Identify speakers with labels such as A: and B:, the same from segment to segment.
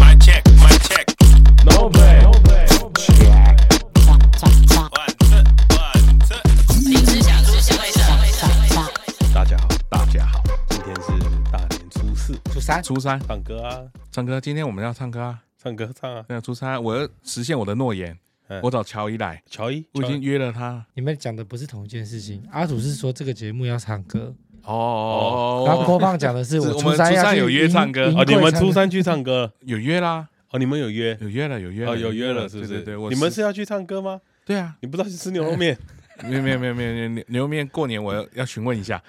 A: My check, my check.
B: No play.
A: One, two, one, two.
C: 大家好，大家好，今天是大年初四，初三，
B: 初三
C: 唱歌啊，
B: 唱歌，今天我们要唱歌啊！
C: 唱歌唱啊。
B: 那初三，我要实现我的诺言
C: 嗯，
B: 我找乔伊来，
C: 乔伊，
B: 我已经约了他。
D: 你们讲的不是同一件事情。阿土是说这个节目要唱歌，
B: 哦
D: 然后郭胖讲 的是
B: 是
D: 我
B: 我
D: 初
B: 们
D: 三
B: 初
D: 要
B: 三
D: 去
B: 有约
D: 迎
B: 唱歌
D: 迎
C: 哦，你
D: 贵
C: 们
D: 唱
C: 初
D: 歌
C: 三去唱歌
B: 有约啦，
C: 哦，你们有约
B: 有约了，有约了，
C: 哦，有约了是不是？
B: 对对对，我
C: 你们是要去唱歌吗？
B: 对啊，
C: 你不知道去吃牛肉面？
B: 没有没有没有没有没有牛牛肉面过年我要要询问一下，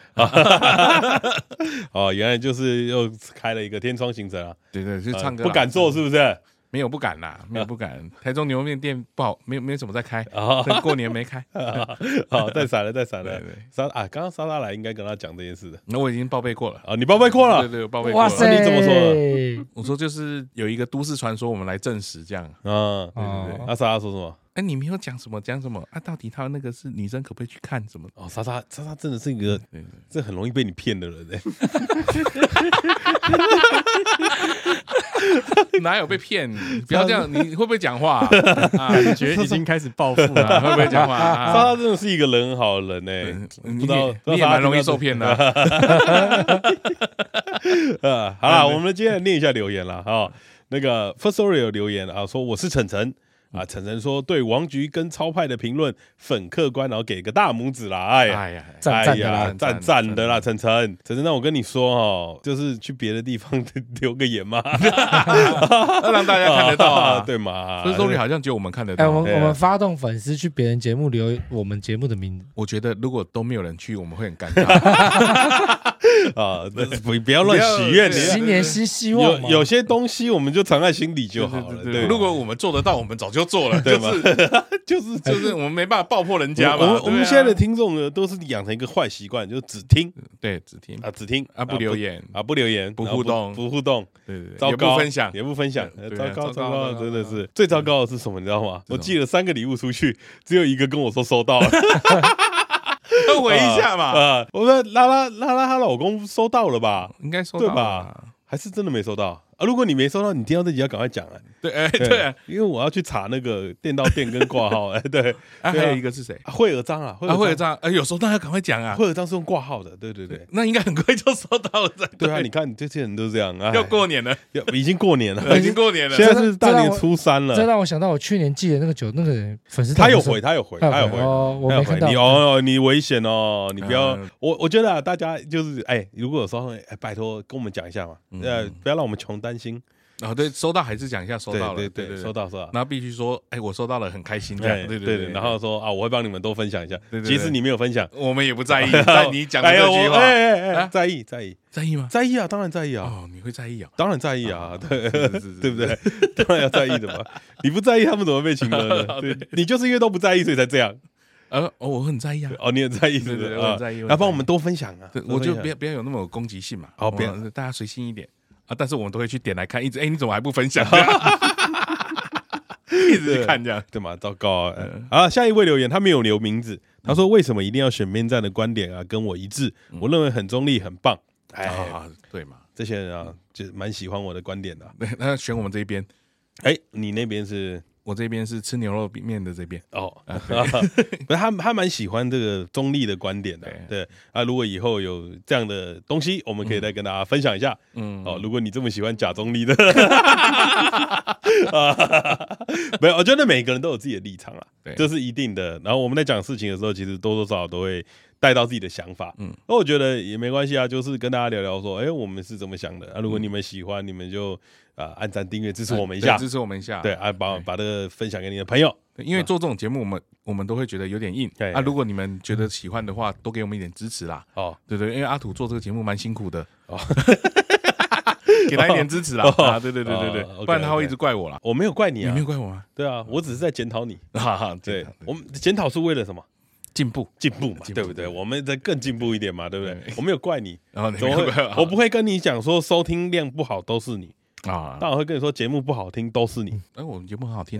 C: 哦，原来就是又开了一个天窗行程啊，
B: 对对，就
C: 呃
B: 唱歌啦
C: 不敢做是，不是？
B: 没有不敢啦，没有不敢。台中牛肉面店不好，没有没有怎么在开，
C: 哦
B: 对过年没开。
C: 好，再哦闪了，再闪了
B: 对对。
C: 莎啊，刚刚莎莎来应该跟他讲这件事的
B: 那我已经报备过了，
C: 啊，你报备过
B: 对
C: 了
B: 对，我报备过
D: 哇
B: 了。
D: 塞，
C: 哦你怎么说
B: 我说就是有一个都市传说，我们来证实这样。
C: 啊？
D: 哦
C: 那莎莎说什么？
B: 哎，你没有讲什么讲什么啊？到底他那个是女生可不可以去看什么？
C: 哦，莎莎，莎莎真的是一个
B: 对对，
C: 这很容易被你骗的人哎。
B: 哪有被骗？不要这样，你会不会讲 话啊？啊你觉得已经开始报复了，会不会讲话
C: 莎
B: 啊？
C: 莎真的是一个人好人 哎、不
B: 你
C: 知道
B: 也你也蛮容易受骗的啊。
C: 呃，好啦，我们今天来念一下留言啦哈、那个 First Story 有留言啊，说我是晨晨啊，晨晨说对王菊跟超派的评论很客观，然后给个大拇指啦， 哎呀。
B: 哎呀，
D: 赞
C: 哎
D: 赞的
C: 呀
D: 啦，，
C: 赞赞的啦，晨晨，晨晨，那我跟你说哦，就是去别的地方 留个言嘛，
B: 要让大家看得到啊。
C: 对嘛？
B: 所以说你好像只有我们看得
D: 哎，
B: 到
D: 我。们
C: 对啊
D: 我们发动粉丝去别人节目留我们节目的名字，
B: 我觉得如果都没有人去，我们会很 尴尬。
C: 啊，不不要乱许愿，
B: 不要对
C: 你
D: 新年新希望嘛
C: 啊有有些东西我们就藏在心里就好了。对，
B: 如果我们做得到，我们早就做了，
C: 对
B: 就
C: 吧
B: 是
C: 就是
B: 就
C: 就是
B: 我们没办法爆破人家
C: 我
B: 嘛。
C: 们我
B: 对
C: 们
B: 啊
C: 现在的听众呢，都是养成一个坏习惯，就是只听
B: 对只听
C: 啊，只听
B: 嗯啊不留言
C: 啊，不留言，
B: 不
C: 然后
B: 互动
C: 不互动，
B: 对对，对
C: 糟
B: 也
C: 糕，
B: 不分享
C: 也不分享，
B: 对
C: 呃
B: 对
C: 糟
B: 啊
C: 糕
B: 糟
C: 糟
B: 糕
C: 糕，
B: 糟糕嗯
C: 真的
B: 糟
C: 是最糟糕的是什么？你知道吗？
B: 这
C: 我
B: 种
C: 寄了三个礼物出去，只有一个跟我说收到了，
B: 都 回一下嘛，
C: 啊，我说拉拉拉拉，她老公收到了吧？
B: 应该收
C: 对
B: 到
C: 吧？？还是真的没收到啊？如果你没收到，你听到这集要赶快讲哎，
B: 对，哎 对啊，
C: 因为我要去查那个店到店跟挂号， 哎，对，
B: 啊
C: 对啊
B: 还有一个是谁？
C: 啊惠而章啊，惠
B: 啊，会
C: 而
B: 有
C: 章，
B: 这样，哎，有收到要赶快讲啊，
C: 惠而章是用挂号的，对对对。
B: 那应该很快就收到了才
C: 对啊，你看你这些人都这样啊，哎
B: 要过 年了，
C: 要已经过年了，
B: 已经过年了
C: 现。在是大年初三
D: 这
C: 了。
D: 让我想到我去年寄的那个酒，那个人粉丝
C: 他有
D: 团
C: 回，他有回，
D: 说，
C: 他有回，
D: 哦，我
C: 他
D: 没
C: 有
D: 看
C: 回。你
D: 到，
C: 哦，你危险哦，你不要
B: 嗯。
C: 我我觉得啊，大家就是哎，如果有时候哎，拜托跟我们讲一下嘛，
B: 嗯
C: 呃，不要让我们穷担心。
B: 然后哦对，收到还是讲一下收
C: 对
B: 到
C: 对
B: 了，对
C: 收。到收到。
B: 然后必须说，哎，我收到了，很开心这
C: 哎
B: 样，
C: 对
B: 对
C: 对
B: 对。
C: 然后说啊，我会帮你们都分享一下
B: 对对，
C: 即
B: 对
C: 使你没有分享。
B: 我们也不在 意，但你讲的
C: 哎呀
B: 这
C: 我
B: 句话
C: 哎哎哎，
B: 啊
C: 在意在意
B: 在意吗？
C: 在意啊，当然在意啊，
B: 哦，你会在意 啊？
C: 当然在意啊，对。
B: 对对
C: 对不？ 对？当然要在意的 嘛，你不在意他们怎么被请了呢？对，你就是因为都不在意，所以才这样。
B: 呃，哦，我很在意啊。
C: 哦，你很在意是
B: 对
C: 不是？
B: 对
C: 啊
B: 我很在意我很在意
C: 来帮我们多分享啊
B: 对！
C: 多
B: 我
C: 分享
B: 就不要不要有那么有攻击性嘛。
C: 哦不要
B: 我们大家随心一点啊。但是我们都会去点来看，一直哎，你怎么还不分 享？一直去看这样。
C: 对嘛，糟糕啊！啊，下一位留言，他没有留名字，他说为什么一定要选边站的观点啊？跟我一致，我认为很中立，很棒。哎，
B: 嗯啊，对嘛？
C: 这些人啊，就蛮喜欢我的观点的啊。
B: 那那选我们这一边，
C: 哎，你那边是
B: 我这边是吃牛肉面的这边。
C: 哦，不是他他蛮喜欢这个中立的观点的，对啊。如果以后有这样的东西，我们可以再跟大家分享一下。
B: 嗯，
C: 哦，如果你这么喜欢假中立的， 啊没有，我觉得每个人都有自己的立场啊
B: 对，
C: 这是一定的。然后我们在讲事情的时候，其实多多少少都会带到自己的想法。
B: 嗯
C: 嗯，那我觉得也没关系啊，就是跟大家聊聊说，哎，我们是怎么想的。啊，如果你们喜欢，你们就啊、按赞、订阅、支持我们一下。
B: 嗯对支持我们一下。
C: 对啊，把把这个分享给你的朋友。
B: 对，因为做这种节目，我们我们都会觉得有点硬
C: 对嗯
B: 啊。如果你们觉得喜欢的话，多给我们一点支持啦。
C: 哦，
B: 对对，因为阿土做这个节目蛮辛苦的， 给他一点支持啦。
C: 哦
B: 啊，对对对对
C: 哦，OK，
B: 对，不然他会
C: OK
B: 一直怪我啦。
C: 我没有怪你
B: 你
C: 啊
B: 没，有怪我吗？
C: 对啊，我只是在检讨你。
B: 哈哈，
C: 对
B: 对，
C: 我们检讨是为了什么？
B: 进步，
C: 进步嘛，
B: 进步
C: 对不对？
B: 对
C: 我们再更进步一点嘛，对不对
B: 对？
C: 我没有怪你，
B: 然啊后你
C: 怎
B: 没
C: 么
B: 有
C: 会
B: 怪我？
C: 我不会跟你讲说收听量不好都是你，
B: 啊，
C: 但我会跟你说节目不好听都是你，，
B: 哎，我们节目很好听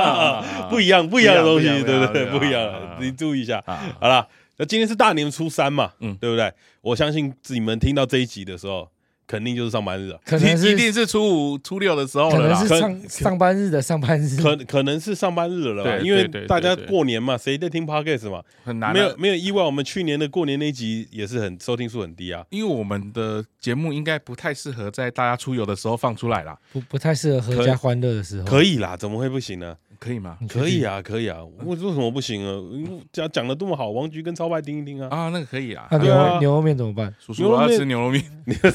C: 不一样，不一样的东西，
B: 嗯不一样
C: 对不对？不
B: 不
C: 一
B: 一
C: 样
B: 样
C: 了
B: 啊，
C: 你注意一下。
B: 啊。
C: 好啦，那今天是大年初三嘛，
B: 嗯
C: 对不对？我相信你们听到这一集的时候，肯定就是上班日了，
D: 可能
B: 一
D: 是
B: 一定是初五、初六的时候
D: 可
B: 了
D: 能
B: 啦
D: 是。
C: 可
D: 上上班日的上班日，
C: 可可能是上班日了吧？
B: 嗯对
C: 因为
B: 对对对
C: 大家
B: 对
C: 过年嘛，谁在听 podcast 嘛？
B: 很难啊，
C: 没有没有意外，我们去年的过年那集也是很收听数很低啊。
B: 因为我们的节目应该不太适合在大家出游的时候放出来啦，
D: 不不太适合合家欢乐的
B: 哦
D: 时候。
C: 可
D: 以，
C: 以啦，怎么会不行呢？
B: 可以吗？
C: 可以啊，可以啊，为为什么不行啊？讲讲的多么好，王菊跟超派听一听啊。
B: 啊，那个可以啊
D: 那。
C: 对
D: 牛
C: 啊
D: 肉牛肉面怎么办？
B: 叔叔，我
C: 牛肉
B: 要
C: 面
B: 吃牛 肉面，
C: 你这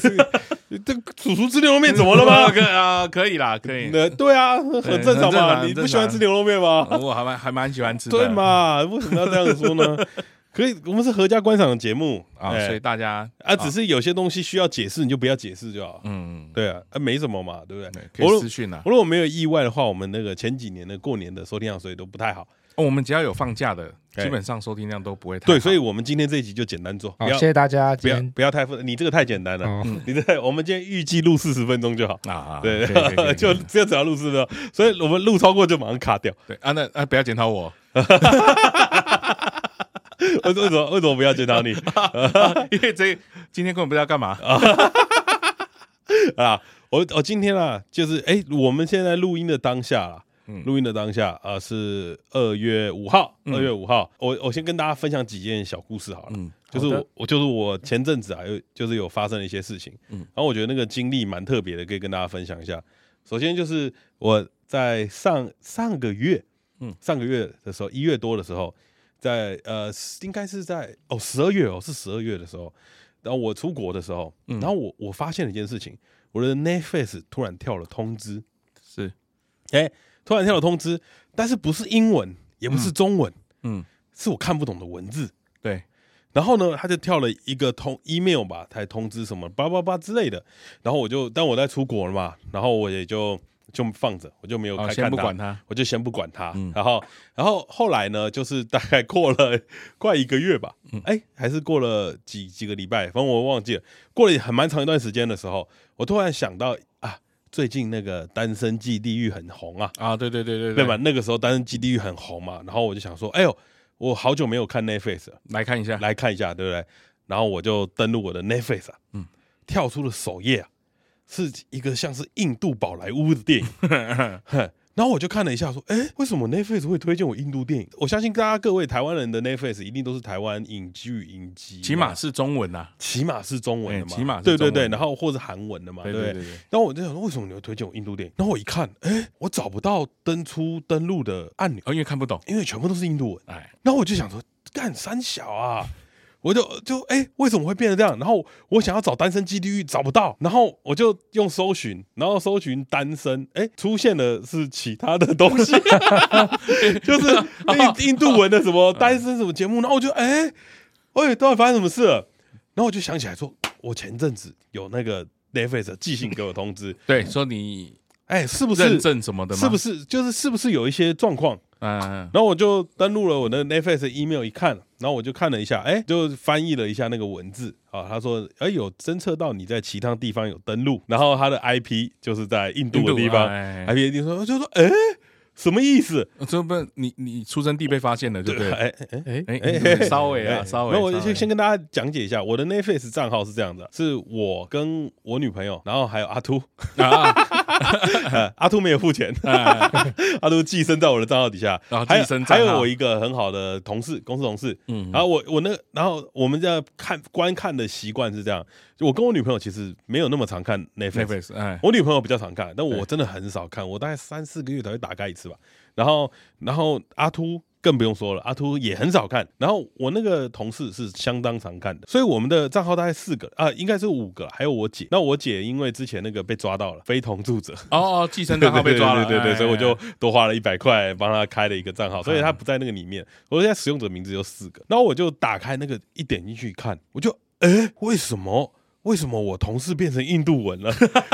C: 这叔叔吃牛肉面怎么了 吗？
B: 可以啊，可以 啦，可以。
C: 那 对啊，很正常
B: 很正
C: 嘛。
B: 常
C: 你不喜欢吃牛肉面 吗？
B: 哦我还蛮还蛮喜欢吃的，
C: 对？嘛？为什么要这样说呢？ 可以，我们是合家观赏的节目
B: 啊，
C: 哎
B: 所以大家
C: 啊，只是有些东西需要解释，你就不要解释就好。
B: 嗯，
C: 对啊，啊，没什么嘛，对不
B: 对
C: 对？
B: 可以私讯啊。
C: 我如果没有意外的话，我们那个前几年的过年的收听量，所以都不太好。
B: 哦我们只要有放假的，
C: 哎
B: 基本上收听量都不会太
C: 对，
B: 好
C: 所以我们今天这一集就简单做，
D: 好
C: 不，要
D: 谢谢大家
C: 不
D: 今
C: 要
D: 天。
C: 不要太复，你这个太简单了。
D: 哦，
C: 你这我们今天预计录四十分钟就好。
B: 啊啊，
C: 对
B: 可以 可以可，以
C: 就这只要录四十分钟，所以我们录超过就马上 卡掉。
B: 对啊，那啊不要检 讨我，
C: 为什么为什么不要检讨你
B: 因为这今天根本不知道干嘛。
C: 啊？我我今天啊，就是哎、我们现在录音的当下啦，
B: 嗯
C: 录音的当下啊、呃是二月五号，
B: 嗯
C: 二月五号，我我先跟大家分享几件小故事好了。
B: 嗯，
C: 就是
B: 好的
C: 我，我就是我前阵子啊，有就是有发生了一些事情，嗯
B: 嗯，
C: 然后我觉得那个经历蛮特别的，可以跟大家分享一下。首先就是我在上上个月，嗯
B: 嗯，
C: 上个月的时候，一月多的时候，在呃，应该是在哦十二月哦，是十二月的时候，然后我出国的时候，
B: 嗯
C: 然后我我发现了一件事情，我的 Netflix 突然跳了通知，
B: 是
C: 突然跳了通知，但是不是英文，也不是中文，
B: 嗯，
C: 是我看不懂的文字，
B: 对，
C: 然后呢，他就跳了一个通 email 吧，才通知什么叭叭叭之类的。然后我就，但我在出国了嘛，然后我也就就放着，我就没有
B: 啊
C: 开
B: 先
C: 看
B: 不
C: 它
B: 管，他，
C: 我就先不管它。
B: 嗯
C: 然后，然后后来呢，就是大概过了 快一个月吧，
B: 嗯
C: 哎，还是过了几几个礼拜，反正我忘记了，过了很蛮长一段时间的时候，我突然想到啊，最近那个《单身即地狱》很红啊，
B: 啊，对对对对
C: 对吧？？那个时候《单身即地狱》很红嘛，然后我就想说，哎呦，我好久没有看 Netflix 了。
B: 来看一下，
C: 来看一下，对不对？然后我就登录我的 Netflix 啊，
B: 嗯
C: 跳出了首页啊，是一个像是印度宝莱坞的电 影，哼然后我就看了一下，说，哎，为什么 Netflix 会推荐我印度电影？我相信大家各位台湾人的 Netflix 一定都是台湾影剧影集嘛，啊
B: 起码是中文啊呐。
C: 起码是中文的嘛，
B: 哎起码是
C: 对对
B: 中
C: 对，
B: 文的
C: 然后或是韩文的嘛，对不
B: 对
C: 啊对？
B: 对对，
C: 然后我就想说，为什么你会推荐我印度电影？然后我一看，哎，我找不到登出登录的按钮，
B: 哦，因为看不懂，
C: 因为全部都是印度文。
B: 哎，
C: 然后我就想说，干三小啊，我就就哎、为什么会变成这样？然后我想要找单身基地狱找不到，然后我就用搜寻，然后搜寻单身，哎、出现的是其他的东西， 就是印印度文的什
B: 嗯
C: 么单身什么节目，然后我就哎，喂、到底发生什么事了？然后我就想起来说，我前阵子有那个 Netflix 的寄信给我通 知，
B: 对，说你
C: 哎、是不
B: 认
C: 是？
B: 证什么的吗？
C: 是不
B: 是？
C: 是就是是不是有一些状况？
B: 嗯，
C: 然后我就登录了我的 Netflix 的 email 一看，然后我就看了一下，哎，就翻译了一下那个文字啊。他说，哎，有侦测到你在其他地方有登录，然后他的 IP 就是在印度的地方
B: 哎，
C: ，IP 的地方，我就说，哎，什么意思？
B: 这嗯不你你出生地被发现了，对不对？
C: 哎哎
D: 哎，
B: 哎
C: 哎
B: 哎，稍微
C: 哎
B: 啊，稍微。
C: 那我就
B: 稍微
C: 先先跟大家讲解一下，我的 Netflix 账号是这样的，是我跟我女朋友，然后还有阿秃，
B: 啊， 哎
C: 呃阿秃没有付钱， 阿秃寄生在我的账号底下，
B: 然后
C: 还有
B: 哦寄生
C: 还
B: 账号
C: 有我一个很好的同事，公司同事，
B: 嗯
C: 然后我我那个然后我们在看观看的习惯是这样，就我跟我女朋友其实没有那么常看 Netflix，
B: Netflix，哎，
C: 我女朋友比较常看，但我真的很少看，我大概三四个月才会打开一次吧。然后然后阿秃更不用说了，阿秃也很少看。然后我那个同事是相当常看的，所以我们的账号大概四个啊、应该是五个，还有我姐。那我姐因为之前那个被抓到了非同住者，
B: 哦哦，寄生账号被抓了，
C: 对对对对对，
B: 哎啊
C: 所以我就多花了一百块帮他开了一个账号，所以他不在那个里面。我现在使用者名字有四个，然后我就打开那个一点进去看，我就哎，诶为什么？为什么我同事变成印度文了？
B: 哎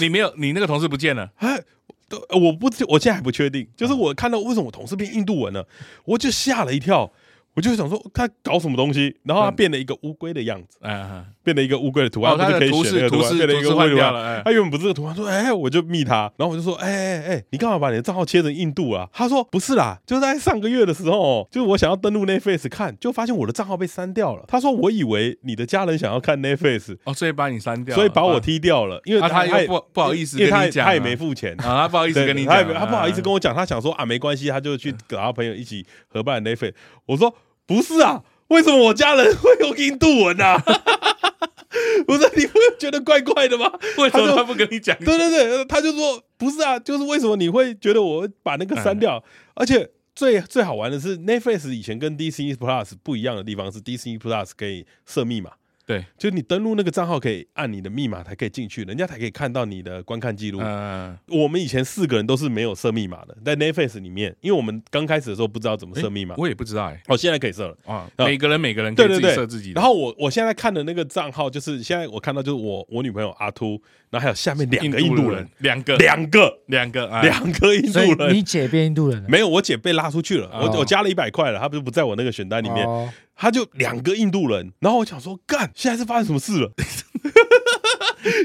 B: 你没有，你那个同事不见了，
C: 哎，都我不，我现在还不确定。
B: 嗯
C: 就是我看到为什么我同事变印度文了，我就吓了一跳。我就想说他搞什么东西，然后他
B: 嗯
C: 变了一个乌龟的样子，
B: 嗯，
C: 变了一个乌龟的图案，
B: 哦
C: 不是
B: 他的
C: 可以
B: 图
C: 选
B: 示
C: 那个
B: 图
C: 案，
B: 示
C: 变了一
B: 图
C: 个
B: 示
C: 乌龟的图
B: 换掉了
C: 案。
B: 哎
C: 他原本不是这个图案，说哎，我就密他，然后我就说哎哎哎，你干嘛把你的账号切成印度啊？他说不是啦，就在上个月的时候，就是我想要登录 Netflix 看，就发现我的账号被删掉了。他说我以为你的家人想要看 Netflix，
B: 哦，所以把你删掉了，
C: 所以把我
B: 啊
C: 踢掉了，因为
B: 啊他又
C: 也
B: 不不好意思
C: 因为他
B: 跟
C: 也
B: 你讲啊
C: 他也没付钱。
B: 啊，他不好意思
C: 对
B: 跟你
C: 他也
B: 讲
C: 没，
B: 啊，嗯
C: 他不好意思跟我讲，他想说啊没关系，他就去找他朋友一起合办 Netflix。我说不是啊，为什么我家人会用印度文啊？ 我说你不会觉得怪怪的吗？
B: 为什
C: 他
B: 么
C: 就
B: 他不跟你讲？
C: 对对对，他就说不是啊，就是为什么你会觉得我把那个
B: 嗯
C: 删掉？而且最最好玩的是，Netflix 以前跟 Disney Plus 不一样的地方是，Disney Plus 可以设密码，
B: 对，
C: 就你登录那个账号可以按你的密码才可以进去，人家才可以看到你的观看记录。
B: 嗯，
C: 我们以前四个人都是没有设密码的，在 Netflix 里面，因为我们刚开始的时候不知道怎么设密码，
B: 我也不知道哎，
C: 哦，现在可以设了。
B: 啊，
C: 啊
B: 每个人每个人可
C: 对对
B: 以自
C: 对，
B: 己设自己的，
C: 然后我我现在看的那个账号，就是现在我看到就是我我女朋友阿秃，然后还有下面两个印度人，，
B: 两个
C: 两个
B: 两个啊，
C: 两个印度
D: 所以你
C: 人。
D: 姐变印度人了，
C: 没有，我姐被拉出去了，
D: 哦
B: 啊
C: 我我加了一百块了，她不是不在我那个选单里面，
D: 哦
C: 她就两个印度人，然后我想说，干，现在是发生什么事了？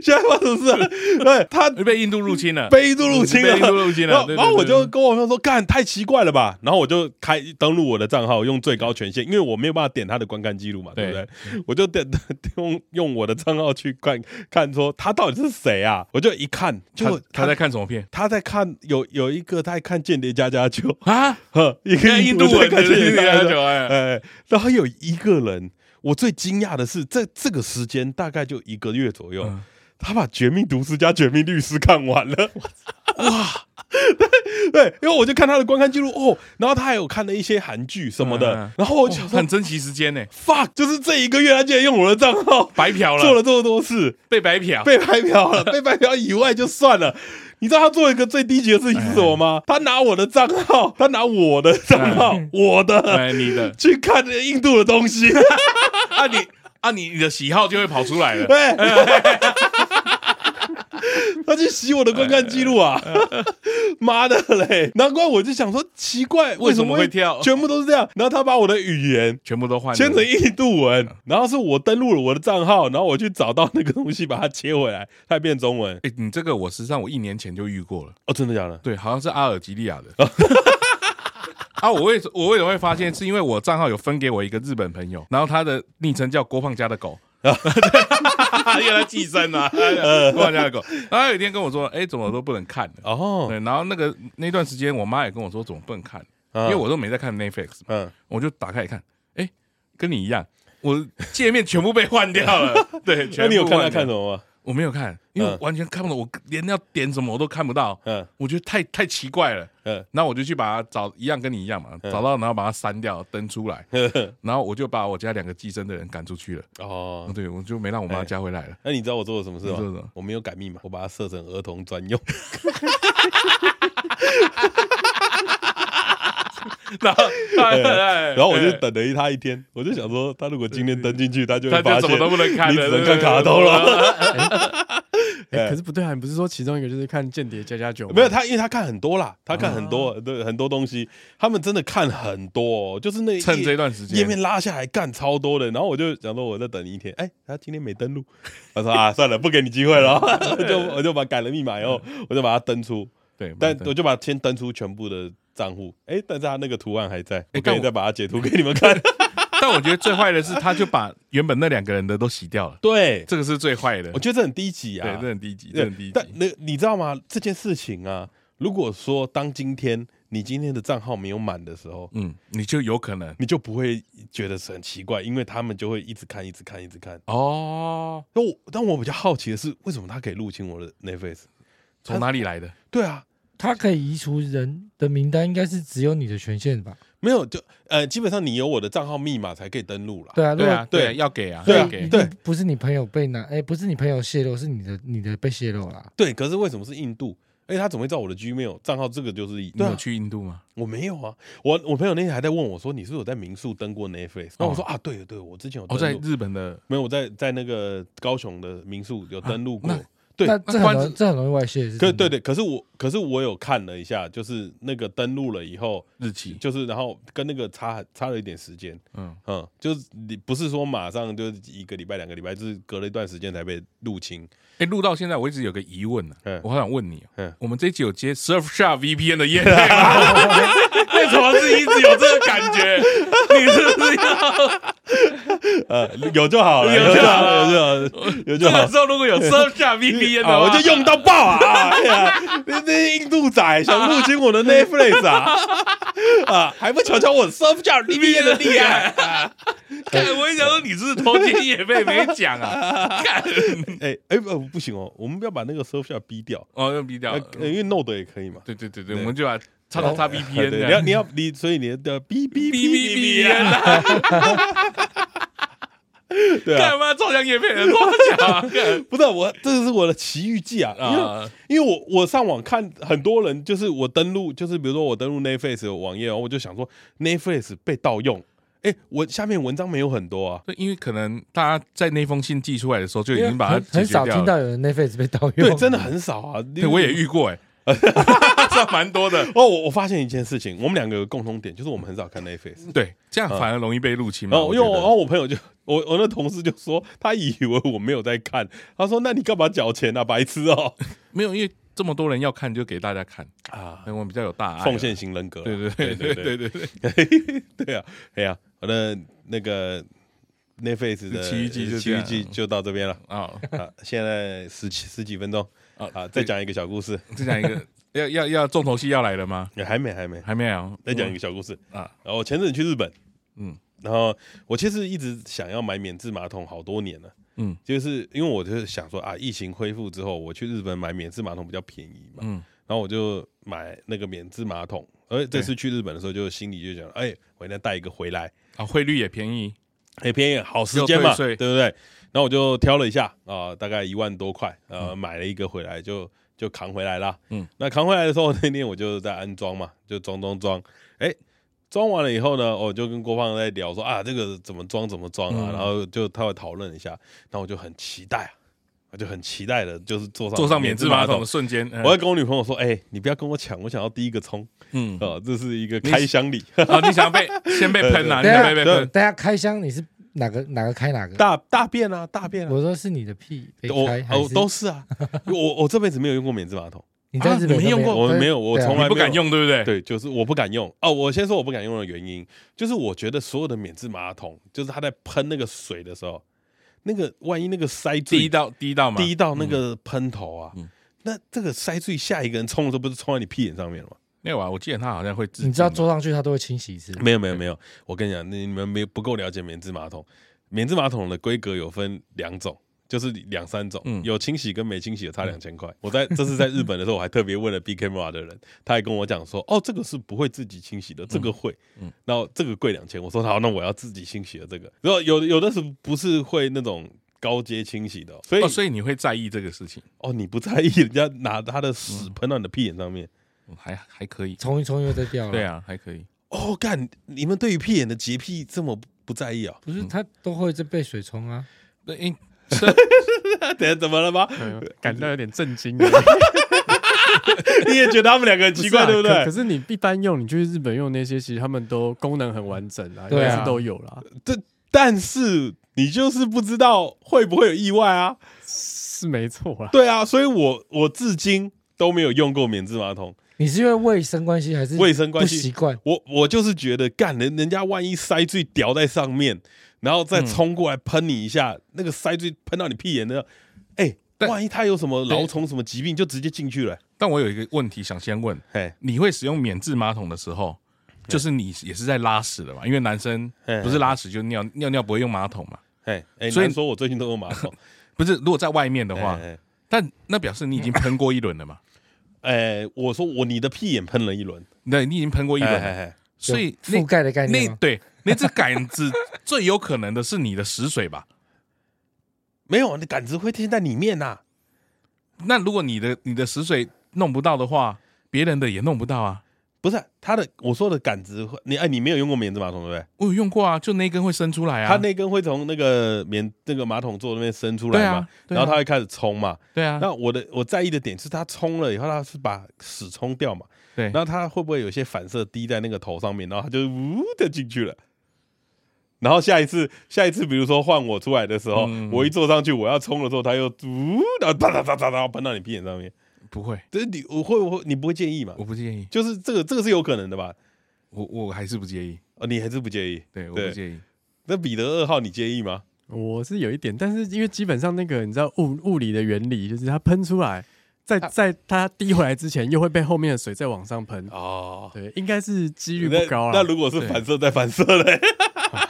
C: 现在发生什么事了？ 对，她
B: 你被印度入侵了，
C: 被印度入侵了，
B: 被印度入侵了
C: 然后
B: 对对
C: 然后我
B: 对
C: 就跟我朋友说，干，太奇怪了吧？然后我就开登录我的账号，用最高权限，因为我没有办法点他的观看记录嘛，对
B: 对
C: 不对？我就点 用用我的账号去看看，说他到底是谁啊？我就一看，就
B: 他他在看什么片
C: 他在看有有一个在看《间谍加加酒》
B: 啊？
C: 呵，一
B: 看
C: 个
B: 印度
C: 在
B: 文
C: 看《
B: 的
C: 间谍加加酒》，
B: 哎，
C: 哎，然后有一个人，我最惊讶的是，在这个时间大概就一个月左右，
B: 嗯
C: 他把《绝命毒师》加《绝命律师》看完 了，哇！ 对对，因为我就看他的观看记录哦，然后他还有看了一些韩剧什么的，
B: 嗯嗯嗯
C: 然后我就想说、
B: 很珍惜时间呢，
C: fuck，就是这一个月他竟然用我的账 号
B: 白嫖了，
C: 做了这么多事，
B: 被白嫖，
C: 被白嫖 了，被白嫖以外就算了。你知道他做了一个最低级的事情是什么吗？他拿我的账号，他拿我的账号，我的
B: 哎哎，你的
C: 去看印度的东西，
B: 啊你啊你你的喜好就会跑出来了。
C: 对， 他去洗我的观看记录啊！
B: 哎
C: 妈的嘞，难怪我就想说奇怪，
B: 为什
C: 什
B: 么会跳
C: 全部都是这样。然后他把我的语言
B: 全部都换了，
C: 签成印度文，然后是我登录了我的账号，然后我去找到那个东西，把它切回来，它变中文。
B: 哎、你这个我实际上我一年前就遇过了，
C: 哦，真的假的？
B: 对，好像是阿尔及利亚的。 啊，我为我为什么会发现？是因为我账号有分给我一个日本朋友，然后他的昵称叫郭胖家 的狗，因为他寄生啊，
C: 呃
B: 郭胖家的狗。然后他有一天跟我说：“哎、怎么都不能看了。”
C: 哦，
B: 对，然后那个那段时间，我妈也跟我说怎么不能看，
C: 嗯
B: 因为我都没在看 Netflix 嘛，
C: 嗯，
B: 我就打开一看，哎，跟你一样，我界面全部被换掉了。 对，
C: 那
B: 全部
C: 你有看
B: 换
C: 他
B: 掉
C: 看什么吗？
B: 我没有看，因为我
C: 嗯
B: 完全看不懂，我连要点什么我都看不到，
C: 嗯
B: 我觉得太太奇怪了。
C: 嗯
B: 然后我就去把它找一样跟你一样嘛，找到然后把它删掉，登出来，
C: 呵 呵
B: 然后我就把我家两个寄生的人赶出去了。
C: 哦，
B: 对，我就没让我妈
C: 哎
B: 加回 来了。
C: 那你知道我做了什么事
B: 你做了什
C: 吗
B: 么？
C: 我没有改密码，我把它设成儿童专用。
B: 然后，哎 哎
C: 然后我就
B: 哎
C: 等了一他一 天，我就想说，他如果今天登进去，他就
B: 他
C: 会发
B: 就
C: 现
B: 什么都不能看了，
C: 你只能
B: 对
C: 看卡通了。。
E: 哎，可是不对啊，你不是说其中一个就是看《间谍加加酒》吗？
C: 没有他，因为他看很多啦，他看很
B: 啊
C: 多对很多东西，他们真的看很多哦，就是那
B: 对
C: 页
B: 对趁这段时
C: 页
B: 间，
C: 面拉下来干超多的。然后我就想说，我再等一天，哎，他今天没登录，我说啊，算了，不给你机会了， 我 就我就把改了密码以后，我就把它登出，
B: 对，
C: 但
B: 嗯对
C: 我就把先登出全部的账户，哎，但是他那个图案还在，我可
B: 哎但
C: 以
B: 我
C: 再把它截图给你们 看。
B: 但我觉得最坏的是，他就把原本那两个人的都洗掉了，
C: 对，
B: 这个是最坏的
C: 我。觉得这很低级
B: 对
C: 啊，，
B: 这很低级，这
C: 对
B: 很低，级
C: 但。那你知道吗？这件事情啊，如果说当今天你今天的账号没有满的时候，
B: 嗯，你就有可能
C: 你就不会觉得是很奇怪，因为他们就会一直看，一直看，一直看。
B: 哦，
C: 但我但我比较好奇的是，为什么他可以入侵我的 Netflix？
B: 从哪里来的？
C: 对啊，
D: 他可以移除人的名单，应该是只有你的权限吧？
C: 没有就呃，基本上你有我的账号密码才可以登录啦。
D: 对啊，如
B: 对
D: 果
B: 啊，对啊，
C: 对
B: 要给啊，
C: 对啊
B: 要给。
C: 对
D: 不是你朋友被拿，哎，不是你朋友泄露，是你的你的被泄露啦。
C: 对，可是为什么是印度？而且他怎么会知道我的 Gmail 账号？这个就是
B: 你
C: 对
B: 有
C: 啊，
B: 去印度吗？
C: 我没有啊。我我朋友那天还在问我说，你是不是有在民宿登过 Netflix？然后我说、啊，对对，我之前有登
B: 哦，在
C: 录
B: 日本的
C: 没有，我在在那个高雄的民宿有登录过。
B: 啊
C: 对
D: 那，这
B: 那
D: 很
B: 关
D: 容这很容易外泄，
C: 可
D: 是真的
C: 对对，可是我可是我有看了一下，就是那个登录了以后，
B: 日期，
C: 就是然后跟那个差差了一点时间，
B: 嗯，
C: 嗯，就是你不是说马上就一个礼拜两个礼拜，就是隔了一段时间才被入侵。
B: 哎，录到现在我一直有个疑问呢啊
C: 嗯，
B: 我好想问你哦
C: 嗯，
B: 我们这一集有接 Surfshark VPN 的业配 吗？为什么是一直有这个感觉？ 你是不是要？
C: 呃， 有就好了，有就好了，有就好了，有就
B: 这
C: 好
B: 个
C: 了
B: 时。候如果有 Surfshark VPN 的
C: 啊，
B: 话，
C: 我就用到爆啊！ 哎呀，那那印度仔想入侵我的 Netflix 啊！ 啊，还不瞧瞧我 Surf 教 D B 的 厉害！啊
B: 看，我也想说你是不是偷听也被没讲啊？看，
C: 哎哎不不行哦，我们不要把那个 Surf 教逼掉，
B: 哦，又逼掉
C: 呃
B: 了。
C: 因为 Node 也可以嘛。
B: 对对对对，我们就把叉叉叉
C: 对，
B: VPN
C: 你
B: 这
C: 要
B: 样
C: 你要你，所以你的哔哔
B: B B B
C: 哔啊，
B: 啊！
C: 对啊
B: 干，嘛照相也被人乱讲？啊干
C: 不是啊我，这是我的奇遇记啊，因为
B: 啊，
C: 因为我我上网看很多人，就是我登录，就是比如说我登录 Netflix 的网页，然后我就想说 Netflix 被盗用，哎，我下面文章没有很多啊，
B: 对，因为可能大家在那封信寄出来的时候就已
D: 因为
B: 经把它
D: 很很
B: 解决
D: 少
B: 掉
D: 听
B: 了。
D: 到有人 Netflix 被盗用，
C: 对，真的很少啊，
B: 对，我也遇过 哎，算蛮多的。
C: 哦，我我发现一件事情，我们两个有共同点，就是我们很少
B: 嗯
C: 看 Netflix。
B: 对，这样
C: 嗯
B: 反而容易被入侵嘛。
C: 然后，
B: 嗯我
C: 因为
B: 觉
C: 我
B: 得
C: 然后我朋友就 我我那同事就说，他以为我没有在看，他说：“那你干嘛缴钱啊，白痴哦、
B: 没有，因为这么多人要看，就给大家看，
C: 啊
B: 那我们比较有大爱啊，
C: 奉献型人格啊，
B: 对。对对对对对对，
C: 对 对啊，哎呀，我的那个 Netflix 的
B: 奇遇记就
C: 奇
B: 这
C: 遇
B: 样
C: 记就到这边了。
B: 啊
C: 啊，现在十七十几分钟
B: 啊
C: 啊，再讲一个小故 事，
B: 再讲一个，要要要重头戏要来了吗？
C: 也还没还没，
B: 还没有，
C: 再讲一个小故事
B: 啊
C: 啊。然后我前阵子去日本，
B: 嗯
C: 嗯，然后我其实一直想要买免治马桶好多年了，
B: 嗯
C: 嗯，就是因为我就是想说啊，疫情恢复之后，我去日本买免治马桶比较便宜嘛，
B: 嗯
C: 然后我就买那个免治马桶，而这次去日本的时候，就心里就想，哎，我应该带一个回来，
B: 啊，汇率也便宜，
C: 很便宜，好时间嘛，
B: 又退税
C: 对不对？然后我就挑了一下啊、大概一万多块，呃，买了一个回来就就扛回来啦。
B: 嗯
C: 嗯，那扛回来的时候， 那天我就在安装嘛，就装装装，哎，装完了以后呢，我就跟郭胖在聊说啊，这个怎么装怎么装啊，
B: 嗯
C: 然后就他会讨论一下，那我就很期待啊，我就很期待的，就是坐上
B: 坐上免治马桶
C: 桶
B: 的。瞬间，嗯
C: 我要跟我女朋友说，哎、你不要跟我抢，我想要第一个冲
B: 嗯，
C: 啊、这是一个开箱礼，
B: 啊，你想要被先被喷啊，你
D: 对
B: 想
D: 啊
B: 被被喷，
D: 大家开箱你是哪个哪个开哪个？
C: 大大便啊，大便啊，
D: 我说是你的屁被
C: 我
D: 开，还
C: 哦
D: 是
C: 都是 啊，我我这辈子没有用过免治马桶，
D: 你在
B: 啊
D: 日本
B: 你没
D: 都
B: 用过
C: 我没有我
D: 对啊
C: 从来
B: 你不敢用，对不对？
C: 对，就是我不敢用哦。我先说我不敢用的原因，就是我觉得所有的免治马桶，就是它在喷那个水的时候，那个万一那个塞最
B: 滴到滴到嘛，
C: 滴到那个喷头啊，
B: 嗯
C: 那这个塞最下一个人冲的时候，不是冲在你屁眼上面了吗？
B: 没有啊，我记得他好像会自，
D: 你知道坐上去它都会清洗一次，
C: 没有没有没有，我跟你讲，你你们没不够了解免治马桶。免治马桶的规格有分两种，就是两三种，
B: 嗯
C: 有清洗跟没清洗的差两千块。我在这次在日本的时候，我还特别问了 B Camera 的人，他还跟我讲说，哦，这个是不会自己清洗的，这个会，
B: 嗯
C: 然后这个贵两千。我说好，那我要自己清洗的这个。然后有有的是不是会那种高阶清洗的哦、所以
B: 哦，所以你会在意这个事情，
C: 哦，你不在意人家拿他的屎喷到你的屁眼上面。
B: 嗯还还可以，
D: 冲一冲又再掉了。
B: 对，啊，还可以，
C: 哦，干！你们对于屁眼的洁癖这么不不在意啊？
D: 不是它都会在被水冲啊。
B: 对，因
C: 等下怎么了吗？
E: 哎感到有点震惊 啊了。
C: 你也觉得他们两个很奇怪，
E: 是啊
C: 对 不
E: 可可
C: 对？
E: 是你一单用，你去日本用那些，其实他们都功能很完整啊，
D: 对啊
E: 也是都有啦，
C: 但是你就是不知道会不会有意外啊？
E: 是没错啦。
C: 对啊，所以我我至今都没有用过免治马桶，
D: 你是因为卫生关系还是
C: 卫生关
D: 不习
C: 系。
D: 惯？
C: 我我就是觉得，干人人家万一塞最屌在上面，然后再冲过来喷你一下，那个塞最喷到你屁眼那，哎、
B: 但
C: 万一他有什么蛲虫、什么疾病，就直接进去了、
B: 但我有一个问题想先问，
C: 嘿，
B: 你会使用免治马桶的时候，
C: 嗯
B: 就是你也是在拉屎的嘛？因为男生
C: 嘿
B: 不是拉屎就尿，尿尿不会用马桶嘛？
C: 嘿，哎、
B: 所
C: 所
B: 以
C: 以说我最近都用马桶
B: 不是，如果在外面 的
C: 的
B: 话，但那表示你已经喷过一轮了 嘛？
C: 哎、我说我你的屁眼喷了一轮，啊
B: 那你已经喷过一轮
C: 嘿
B: 了，
C: 嘿嘿
B: 所以
D: 有覆盖的概
B: 那
D: 念
B: 那
D: 吗
B: 对那只杆子最有可能的是你的屎水吧？
C: 没有，你杆子会贴在里面呐、
B: 那如果你的你的屎水弄不到的话，别人的也弄不到啊。
C: 不是它的我说的杆子会，你哎，你没有用过棉质马桶对不对？
B: 我有用过啊，就那根会伸出来啊。
C: 它那根会从那个棉那个马桶座那边伸出
B: 对
C: 来嘛
B: 啊，，对
C: 然
B: 啊
C: 后它会开始冲嘛。
B: 对啊，
C: 那我的我在意的点是，它冲了以后，它是把屎冲掉嘛，
B: 对
C: 然后它会不会有些反射滴在那个头上面，然后它就呜的进去了。然后下一次，下一次比如说换我出来的时候，
B: 嗯
C: 我一坐上去，我要冲的时候，它又呜，然后哒哒哒哒哒喷到你屁眼上面。
B: 不会，
C: 这你我会我会你不会介意嘛
B: 我？不介意，
C: 就是这个这个是有可能的吧？
B: 我我还是不介意，
C: 哦，你还是不介意？
B: 对，我
C: 对
B: 不介 意。
C: 那彼得二号你介意吗？
E: 我是有一点，但是因为基本上那个你知道物物理的原理，就是它喷出来，在在它滴回来之前，又会被后面的水再往上喷。
C: 哦，
E: 对，应该是几率
C: 那
E: 不高啊
C: 那
E: 了。
C: 如果是反射再反射嘞，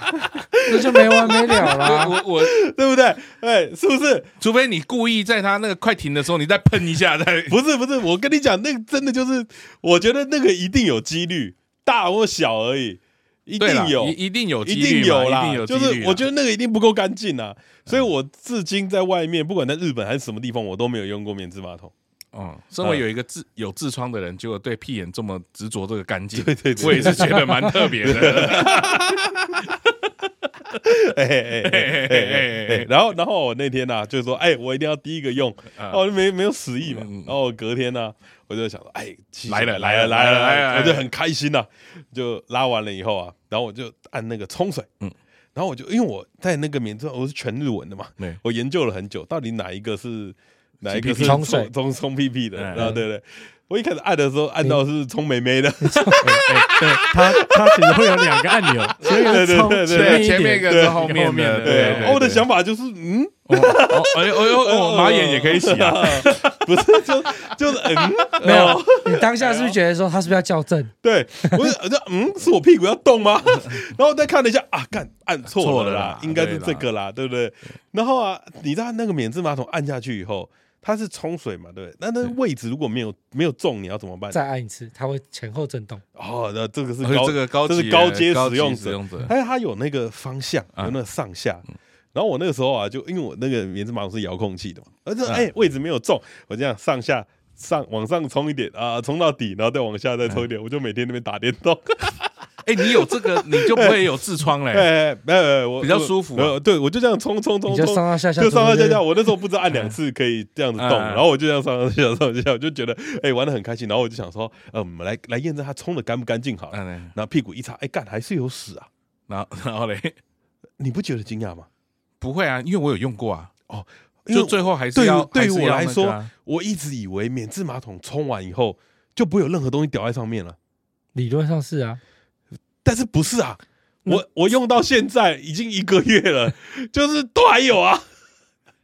D: 那就没完没了
C: 啊
D: 啦。
B: 我我，
C: 对不对？哎，是不是？
B: 除非你故意在他那个快停的时候，你再喷一下，再
C: 不是不是，我跟你讲，那个真的就是，我觉得那个一定有几率，大或小而已，一
B: 对啦
C: 定有，
B: 一一定有几
C: 一
B: 率嘛，
C: 定有啦。
B: 一定有几
C: 就
B: 率啦，啊
C: 是我觉得那个一定不够干净啊，所以我至今在外面，不管在日本还是什么地方，我都没有用过免治马桶。哦
B: 嗯，身为有一个痔有痔疮的人，结果对屁眼这么执着这个干 净，
C: 对对对
B: 我也是觉得蛮特 别的。
C: 哎哎哎哎哎哎， 然后然后我那天呐、啊，就说，哎，我一定要第一个用，哦，没没有死意嘛
B: 嗯嗯嗯。
C: 然后我隔天呢、我就想说，哎，其实
B: 来了
C: 来了
B: 来
C: 来
B: 了
C: 了
B: 来了哎
C: 来了，
B: 来
C: 我
B: 了
C: 就很开心呐、就拉完了以后啊，然后我就按那个冲水，
B: 嗯
C: 嗯，然后我就因为我在那个免治，我是全日文的嘛
B: 对，
C: 我研究了很久，到底哪一个是哪一个
D: 是
C: 是
D: 冲水
C: 冲冲屁屁的，
B: 嗯
C: 然后对不对？我一开始按的时候按到是冲妹妹的，
E: 哎哎对它它其实会有两 个按钮，前面
C: 对对
E: 冲
C: 对对
E: 前面一
B: 前面一
E: 点
B: 个是后面
E: 后面
B: 的，
E: 的
B: 对
C: 对，
B: 对
C: 哦我的
B: 对
C: 想法就是，嗯，
B: 哦哦哎呦哎呦，哦马眼也可以洗
C: 哦
B: 啊，
C: 不是就就是嗯，
D: 没有，你当下是不是觉得说他是不是要校正？
C: 对，我就我就嗯，是我屁股要动吗？ 然后再看了一下啊，干按错
B: 错
C: 了
B: 了
C: 啦
B: 啊啦，
C: 应该是这个啦，对不对？然后啊，你知道那个免治马桶按下去以后，它是冲水嘛，对不对？那那位置如果没有没有中，你要怎么办？
D: 再按一次，它会前后震 动。
C: 哦，那这个是
B: 而且
C: 高
B: 呃这个高
C: 这
B: 级
C: 是
B: 的
C: 高阶使用
B: 使
C: 者，
B: 用者，
C: 但是它有那个方向，有
B: 啊
C: 那个上下。然后我那个时候啊，就因为我那个免治马桶是遥控器的嘛，而且
B: 啊
C: 哎位置没有中，我这样上下上往上冲一点啊，冲到底，然后再往下再冲
B: 啊
C: 一点，我就每天那边打电动。
B: 哎，你有这个你就不会有痔疮嘞，
C: 哎，没有没有，我
B: 比较舒服啊
C: 没有对，我就这样冲冲冲
D: 你就
C: 冲，
D: 上上下下，
C: 就上上下
D: 对
C: 下。我那时候不知道按两次可以这样子动，
B: 嗯嗯
C: 然后我就这样上上下下上上下下，我就觉得哎玩的很开心。然后我就想说，呃，我们来来验证它冲的干不干净好了。
B: 嗯，
C: 然后屁股一擦，哎干还是有屎啊！
B: 然后然后嘞，
C: 你不觉得惊讶吗？不
B: 不会啊，因为我有用过啊，
C: 因为
B: 就
C: 我
B: 最后还
C: 对
B: 是
C: 于
B: 要
C: 对于
B: 还是
C: 我
B: 要
C: 来
B: 那个
C: 说
B: 啊
C: 我一直以为免治马桶冲完以后就不会有任何东西掉在上面了，
D: 理论上是啊，
C: 但是不是啊？我我用到现在已经一个月了，就是都还有啊，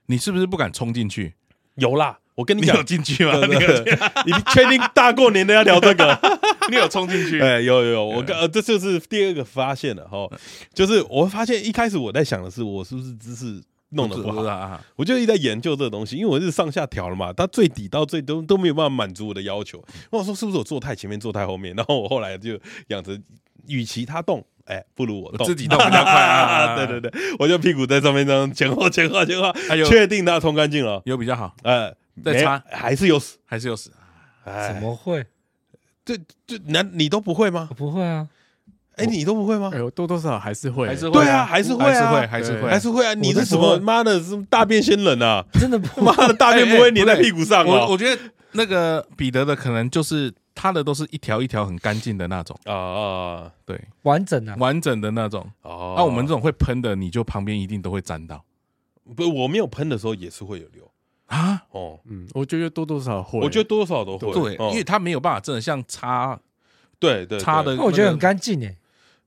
B: 你是不是不敢冲进去？
C: 有啦。我跟你
B: 你
C: 讲
B: 有，进去吗？
C: 对
B: 你
C: 对
B: 有
C: 对你确定大过年的要聊这个？
B: 你有冲进去？
C: 哎，有有有，我刚、呃、这就是第二个发现了
B: 嗯
C: 哈，就是我发现一开始我在想的是，我是不是姿势弄得不好？
B: 啊，
C: 我就一直在研究这个东西，因为我是上下调了嘛，它最底到最都都没有办法满足我的要求。
B: 嗯
C: 我想说是不是我坐太前面，坐太后面？然后我后 来就养成，与其他动，哎，不如我
B: 我
C: 动。
B: 自己动比较快 啊，
C: 对对对，我就屁股在上面这样前后前后前后，
B: 哎呦
C: 确定它冲干净了，
B: 有比较好，
C: 呃，
B: 再
C: 没
B: 擦
C: 还是有屎，
B: 还是有屎？
D: 怎
C: 哎，
D: 么会？
C: 这这难你都不会吗
D: 我？不 会啊，
C: 哎，你都不会吗？
E: 哎呦，多多少少还是会，
B: 还是
C: 对啊还是会啊
B: 还是会，还是
E: 对
B: 会，
C: 还是会啊！你是什
D: 我
C: 么
D: 是不会
C: 妈的，是大便仙人啊！
D: 真的不
C: 妈的，大便不会粘在
B: 哎哎
C: 屁股上
B: 我
C: 哦。
B: 我觉得那个彼得的可能就是他的都是一条一条很干净的那种，
C: 啊啊
B: 对，
D: 完整啊。
B: 完整的那种。
C: 哦
B: 那、我们这种会喷的，你就旁边一定都会沾到
C: 不，我没有喷的时候也是会有流
B: 啊。
C: 哦。
E: 嗯，我觉得多多少少会。
C: 我觉得多少都会，
B: 对，
C: 哦
B: 因为他没有办法真的像擦
C: 对对
B: 擦的
C: 对
D: 那我觉得很干净诶，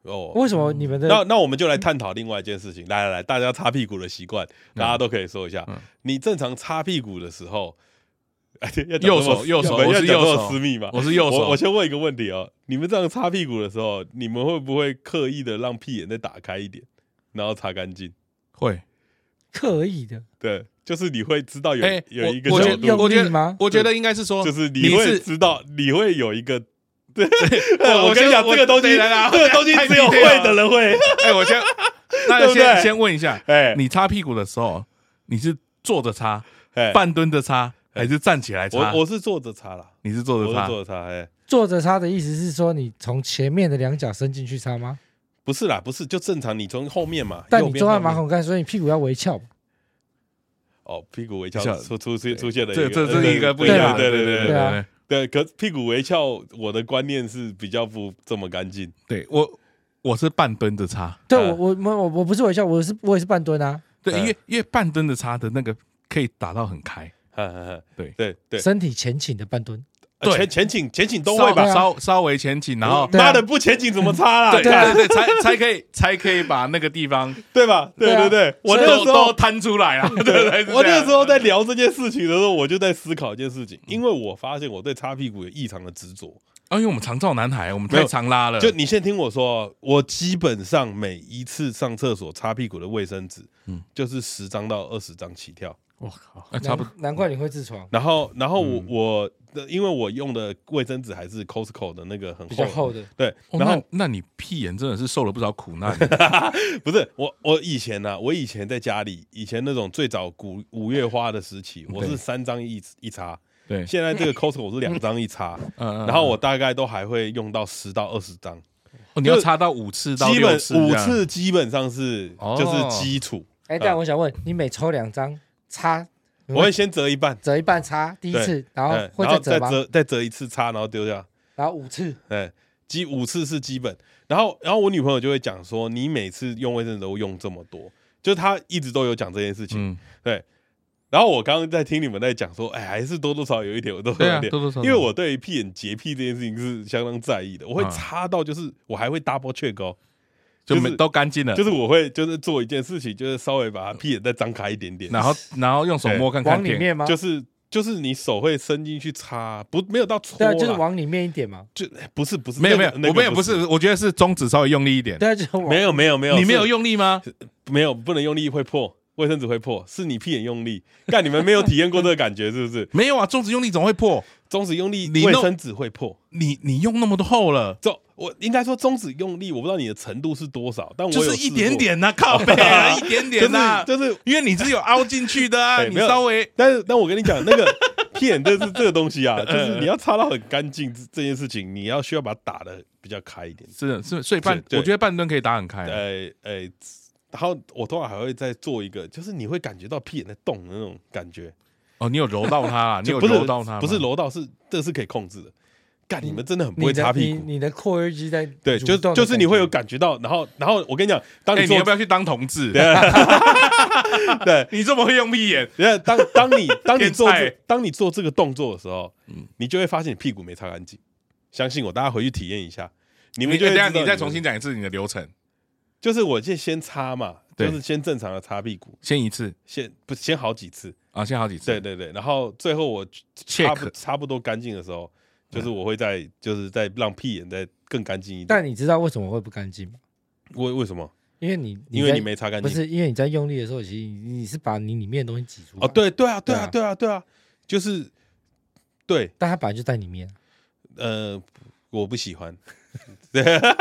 C: 哦。
D: 为什么你们的
C: 那那我们就来探讨另外一件事情。来来来，大家擦屁股的习惯，大家都可以说一下
B: 嗯。
C: 你正常擦屁股的时候， 哎要讲
B: 右
C: 这么
B: 手右手
C: 要
B: 我是
C: 讲这么
B: 右手
C: 私密嘛。
B: 我是右
C: 我
B: 手
C: 我，先问一个问题哦，你们这样擦屁股的时候，你们会不会刻意的让屁眼再打开一点，然后擦干净？
B: 会。
D: 刻意的，
C: 对，就是你会知道有、
B: 哎、
C: 有一个
B: 我我
C: 角
B: 觉
D: 角
B: 得
D: 度
B: 我觉
D: 用力
B: 得
D: 吗
B: 我觉得应该是说，
C: 就是
B: 你
C: 你会
B: 是
C: 知道，你会有一个。对，
B: 我
C: 我跟你讲，
B: 我
C: 这个东西，
B: 对来来
C: 这个东西
B: 太
C: 只有
B: detail 了
C: 会的人会。
B: 哎、我 先那
C: 对不
B: 先
C: 对
B: 先问一下，
C: 哎，
B: 你擦屁股的时候，你是坐着擦，
C: 哎
B: 半蹲着擦，还是站起来擦？
C: 我我是坐着擦啦，
B: 你是坐
C: 我
B: 着
C: 是
B: 擦，
C: 坐着擦，哎，
D: 坐着擦的意思是说你从前面的两脚伸进去擦吗？
C: 不是啦，不是，就正常，你从后面嘛，
D: 但
C: 右
D: 你
C: 边
D: 坐在
C: 后面
D: 马桶盖，所以你屁股要围翘吧。
C: 哦，屁股微翘
B: 微翘
C: 出出出出现了一
B: 这
C: 个，
B: 这
C: 呃
B: 这是一个不一
C: 对
B: 样的，
C: 对对
B: 对
C: 对
D: 对
C: 对
D: 啊
C: 对，
B: 对
C: 可屁股微翘，我的观念是比较不这么干净，
B: 对，我我是半蹲着擦，
D: 对
C: 呃
D: 我我我我我不是微笑，我是我也是半蹲啊，
B: 对，
C: 嗯
B: 因为因为半蹲着擦的那个可以打到很开，
C: 哈哈哈
B: 对
C: 对对，
D: 身体前倾的半蹲。
C: 呃
B: 对
C: 前前倾前倾都
B: 稍
C: 会吧嗯
D: 对？啊
B: 稍稍微前倾，然后
D: 对啊
C: 妈的，不前倾怎么擦啦？
B: 对
C: 对
B: 对对，才 才可以才可以把那个地方
C: 对吧？对
D: 对啊
C: 对对， 我
B: 都
C: 那个时
B: 都
C: 候。
B: 摊出来 啊，对对对，是
C: 我
B: 这
C: 那
B: 样
C: 个时候在聊这件事情的时候，我就在思考一件事情，因为我发现我对擦屁股有异常的执着。
B: 啊，因为我们常照男孩，我们
C: 没
B: 太
C: 有
B: 常拉了，
C: 就你先听我说，啊我基本上每一次上厕所擦屁股的卫生纸，
B: 嗯
C: 嗯，就是十张到二十张起跳。
E: 我靠，
B: 啊差
D: 难
B: 不多，
D: 难怪你会痔疮，
C: 然后，然后我、
B: 嗯
C: 我的，因为我用的卫生纸还是 Costco 的那个很
D: 比较
C: 厚
D: 厚
C: 的，
D: 的。
C: 对。
B: 哦
C: 然后、
B: 那那你屁眼真的是受了不少苦难，
C: 不是我，我以前呢、啊，我以前在家里，以前那种最早古五月花的时期，我是三张一一擦，
B: 对，
C: 现在这个 Costco 是两张一擦，
B: 嗯嗯
C: 然后我大概都还会用到十到二十张，
B: 哦你要擦到五次到
C: 基本
B: 六次这
C: 五
B: 样，
C: 次基本上是
B: 哦
C: 就是基础，
D: 哎，
C: 嗯
D: 但我想问你，每抽两张擦，你
C: 我会先折一半，
D: 折一半擦第一次，然后
C: 嗯
D: 会
C: 然
D: 再
C: 后
D: 折
C: 再
D: 吗？
C: 折再折一次擦，然后丢掉。
D: 然后五次，
C: 哎，基五次是基本。然后，然后我女朋友就会讲说，你每次用卫生纸都用这么多，就是她一直都有讲这件事情。
B: 嗯，
C: 对。然后我刚刚在听你们在讲说，哎，还是多多少少有一点，我都有
B: 对啊
C: 一，点。
B: 多多少少，
C: 因为我对于屁眼洁癖这件事情是相当在意的，我会
B: 嗯
C: 擦到，就是我还会 double check 哦，
B: 就
C: 就是
B: 没都干净了，
C: 就是我会就是做一件事情，就是稍微把屁眼再张开一点点，
B: 然后然后用手摸看看
D: 往里
B: 舔，
D: 面吗？
C: 就是就是你手会伸进去擦，不没有到搓
D: 对
C: 啦，
D: 啊，就是往里面一点嘛。
C: 就哎不是不是
B: 没有没
C: 那
B: 有
C: 个那，个
B: 我们也不是，我觉得是中指稍微用力一点，
D: 对啊，就是往
C: 嗯没有没有没有，
B: 你没
C: 是
B: 有用力吗？？
C: 没有，不能用力会破，卫生纸会破，是你屁眼用力。干，你们没有体验过这个感觉是不是
B: 没有啊，中指用力总会破，
C: 中指用力，
B: 你
C: 卫
B: 弄
C: 生纸会破。
B: 你你用那么多厚了，
C: 这我应该说中指用力，我不知道你的程度是多少，但我
B: 就
C: 有
B: 是
C: 试
B: 一
C: 过
B: 点，点呐，靠背啊，一点
C: 就
B: 点呐
C: 是，就是。
B: 因为你是有凹进去 的啊，
C: 哎
B: 你
C: 没有
B: 稍微
C: 但是，但我跟你讲，那个 屁眼就是这个东西啊，
B: 嗯
C: 就是你要擦到很干净这这件事情，你要需要把它打的比较开一点。
B: 是的是，所以半
C: 是对
B: 我觉得半蹲可以打很开啊，
C: 呃呃，然后我通常还会再做一个，就是你会感觉到屁眼在动的那种感觉。
B: 哦，你有揉到 它啊，你有
C: 就不是
B: 揉到它吗，
C: 不是柔道，是这是可以控制的。干，你们真的很不
D: 你
C: 会
D: 的
C: 擦
D: 你
C: 屁股。
D: 你的括约肌在
C: 对，就
D: 蠕动的
C: 就是你会有
D: 感
C: 感觉到，然后然后我跟你讲，当
B: 哎，
C: 你
B: 你
C: 做啊
B: 要不要去当同志？
C: 对，
B: 你这么会用屁眼，
C: 然后当当 你当你做
B: 天
C: 这
B: 才
C: 当你做这个动作的时候，
B: 嗯
C: 你就会发现你屁股没擦干净。相信我，大家回去体验一下， 你
B: 你哎
C: 们就会
B: 等一下
C: 知道
B: 你再重新，讲一次你的流程，
C: 就是我先先擦嘛，
B: 对
C: 就是先正常的擦屁股，
B: 先一次
C: 先不先好几次，
B: 啊，先好几次，
C: 对对对，然后最后我差
B: Check
C: 不
B: 嗯
C: 差不多干净的时候，就是我会再就是再让屁眼再更干净一点。
D: 觉但你知道为什么会不干净吗？
C: 为为什么？
D: 因为你
C: 因为
D: 在
C: 你没擦干
D: 不
C: 净。
D: 是因为你在用力的时候，其实你你是把你里面的东西挤出来
C: 哦，，对对啊，对啊，
D: 对
C: 对啊，对啊，就是对，
D: 但它本来就在里面。啊
C: 呃，我不喜欢，
B: 啊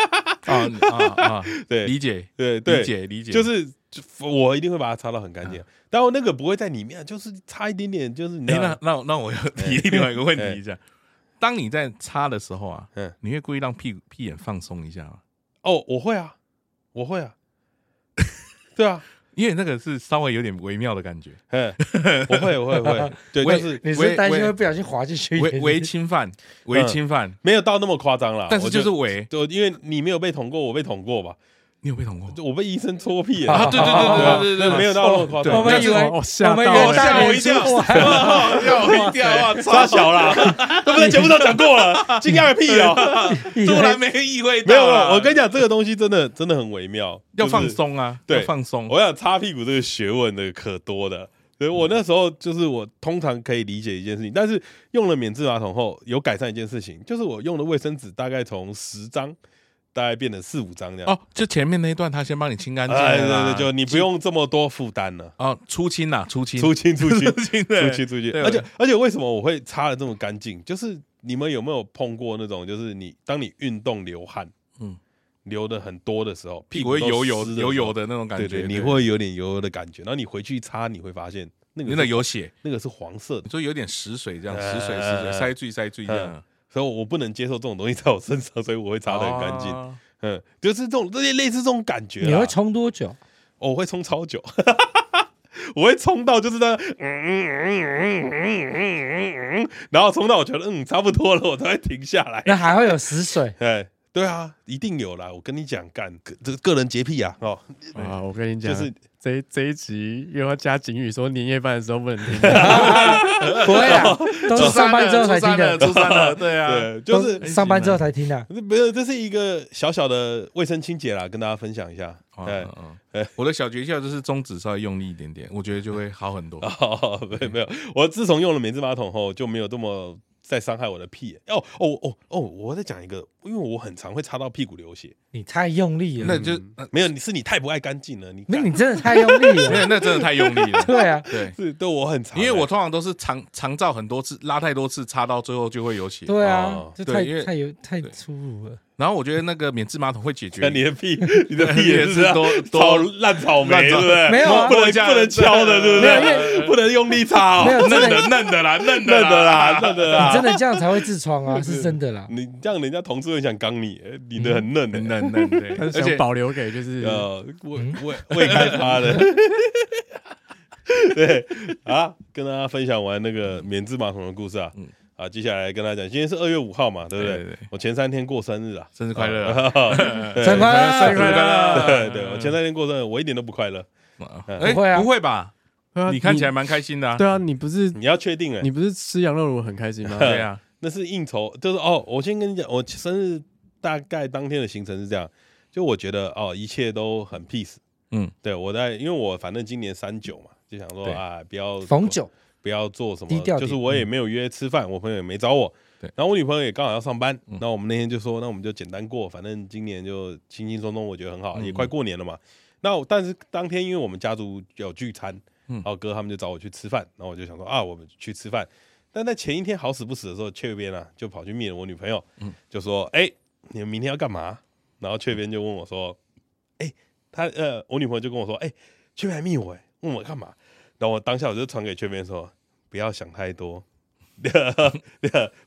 B: 啊啊，
C: 对
B: 理解
C: 对对，
B: 理解理解，
C: 就是就我一定会把它擦到很干净，
B: 嗯
C: 但我那个不会在里面，啊就是擦一点点，就是你知
B: 哎、
C: 道
B: 那那那我要提另外一个问题一下，当你在擦的时候啊，
C: 嗯
B: 你会故意让屁股屁眼放松一下吗？
C: 哦，我会啊，我会啊，对啊，
B: 因为那个是稍微有点微妙的感觉，
C: 嗯，我会，我会，我 会，对，
B: 我也
C: 但是
D: 你是
B: 微
D: 担心
B: 微
D: 会不小心滑进去？
B: 微微侵犯，微侵犯，
C: 没有到那么夸张啦，
B: 但
C: 啊
B: 是
C: 我
B: 就是微，
C: 就因为你没有被捅过，我被捅过吧，
B: 你有被捅过？
C: 我被医生戳屁眼
B: 啊，对对对对对对，
C: 没有到那么夸
B: 对哦
C: 张，
D: 我们
C: 但
D: 以
C: 是
D: 为
E: 我吓
D: 我们以
E: 到
D: 为
E: 我
D: 大
B: 吓我
D: 脸
B: 一跳
D: 出来
B: 吓我一跳啊！
C: 抓
B: 操，
C: 小啦，对不对？节目上讲过了，惊讶个屁哦！
D: 以
B: 突然
D: 为
B: 没意会
C: 没有
B: 到
C: 没有，
B: 啊，
C: 我 跟你讲，这个东西真的真的很微妙，就
B: 要
C: 是
B: 放。松啊，
C: 对
B: 要放松。
C: 我想擦屁股这个学问的可多的，所以我那时候就是我通常可以理解一件事情，但是用了免治马桶后有改善一件事情，就是我用的卫生纸大概从十张大概变成四五张这样。
B: 哦，就前面那一段，他先帮你清干净了
C: 哎，对
B: 啦，
C: 对，就你不用这么多负担 了。
B: 哦，出清啦，出清，
C: 出清 出清
B: 出清
C: 出
B: 对
C: 去出去，
B: 对
C: 而且而且为什么我会擦的这么干净？就是你们有没有碰过那种，就是你当你运动流汗，
B: 嗯
C: 嗯，流的很多的时候，
B: 屁
C: 屁
B: 股
C: 股
B: 会
C: 都
B: 油油
C: 湿的时候
B: 油油，的那种感
C: 对
B: 觉，
C: 对，你会有点油油的感觉。然后你回去擦，你会发现那个
B: 真
C: 是
B: 的有血，
C: 那个是黄色的，
B: 你说有点食水这样，
C: 呃
B: 食水食水塞住塞住嗯这样，
C: 所以我不能接受这种东西在我身上，所以我会擦的很干净。
B: 哦
C: 嗯，就是这种这些类似这种感觉啦。
D: 你会冲多久？
C: 哦？我会冲超久， 我会冲到就是在那嗯嗯嗯嗯嗯嗯嗯嗯，然后冲到我觉得嗯差不多了，我才会停下来。？
D: 那还会有死水
C: 哎，对啊，一定有啦！我跟你讲，干个这个个人洁癖啊，哦，
E: 啊！我跟你讲，
C: 就是
E: 这一这一集又要加警语，说年夜饭的时候不能 听。
D: 不会啊，都是上班之后才听的，
B: 初三了， 对啊，
C: 对，就是哎
D: 都上班之后才听的。
C: 没有，这是一个小小的卫生清洁啦，跟大家分享一下。
B: 哦
C: 哎，
B: 嗯
C: 哎
B: 嗯我的小诀窍就是中指稍微用力一点点，我觉得就会好很多。
C: 哦， 没有没有，我自从用了免治马桶后，就没有这么再伤害我的屁。哦哦哦哦，我再讲一个，因为我很常会擦到屁股流血。
D: 你太用力了，
B: 那就那
C: 没有，你是你太不爱干净了，你
D: 那
C: 干
D: 你真的太用力
B: 没
D: 了。
B: 有，那真的太用力 了。
D: 对啊，
B: 对，
C: 是对我很常
B: 因
C: 欸，
B: 为我通常都是长长照很多次，拉太多次，擦到最后就会有血。
D: 对
C: 哦
D: 啊，这太
B: 对因为
D: 太有太粗鲁了。
B: 然后我觉得 那个免治马桶会解决
C: 看你的屁，你的屁也
B: 也
C: 是
B: 是
C: 这样
B: 多
C: 草
B: 多
C: 烂草莓，
B: 烂
C: 对
B: 草
C: 不对？
D: 没有啊
C: 不能
B: 这样
C: 不能敲的，对不
D: 没有
C: 对？不能用力擦
D: 没
C: 哦，
D: 有真的
B: 嫩的啦，嫩
C: 嫩的啦，嫩的啦，
B: 啊
D: 你真的这样才会痔疮 啊，是真的啦。
C: 你这样人家同事会想刚你，欸你的很嫩的、
B: 嫩嫩嫩， 对，
E: 他
B: 而
E: 是想
B: 且
E: 保留给就是
C: 呃，未 未未开发的。对啊，跟大家分享完那个免治马桶的故事啊，
B: 嗯
C: 啊，接下来跟大家讲，今天是二月五号嘛，对不对？
B: 对对对
C: 我前三天过生日啊，
B: 生日快乐啊，
C: 乐！对
D: 生日快乐
E: 生日快乐
C: 对对，我前三天过生日，我一点都不快乐。
B: 哎，
D: 不会啊
B: 不会吧？
E: 对啊
B: 你看起来蛮开心的啊，
E: 对啊，你不是
C: 你要确定哎、
E: 你不是吃羊肉炉很 开心吗？
B: 对啊，
C: 那是应酬，就是哦，我先跟你讲，我生日大概当天的行程是这样，就我觉得哦，一切都很 peace。
B: 嗯，
C: 对我在，因为我反正今年三九嘛，就想说
B: 对
C: 啊，不要
D: 逢九，
C: 不要做什
D: 低调
C: 么，
D: 点
C: 就是我也没有约吃饭，我朋友也没找我。
B: 嗯对
C: 然后我女朋友也刚好要上班，
B: 嗯
C: 那我们那天就说，那我们就简单过，反正今年就轻轻松松，我觉得很好，
B: 嗯
C: 也快过年了嘛。那我但是当天因为我们家族有聚餐，
B: 嗯
C: 然后哥他们就找我去吃饭，然后我就想说啊，我们去吃饭。但在前一天好死不死的时候，雀边啊就跑去灭了我女朋友，
B: 嗯
C: 就说：“哎、你们明天要干嘛？”然后雀边就问我说：“哎、他呃，我女朋友就跟我说：‘哎、雀边还密我、哎，问我干嘛？’然后我当下我就传给雀边说：‘不要想太多，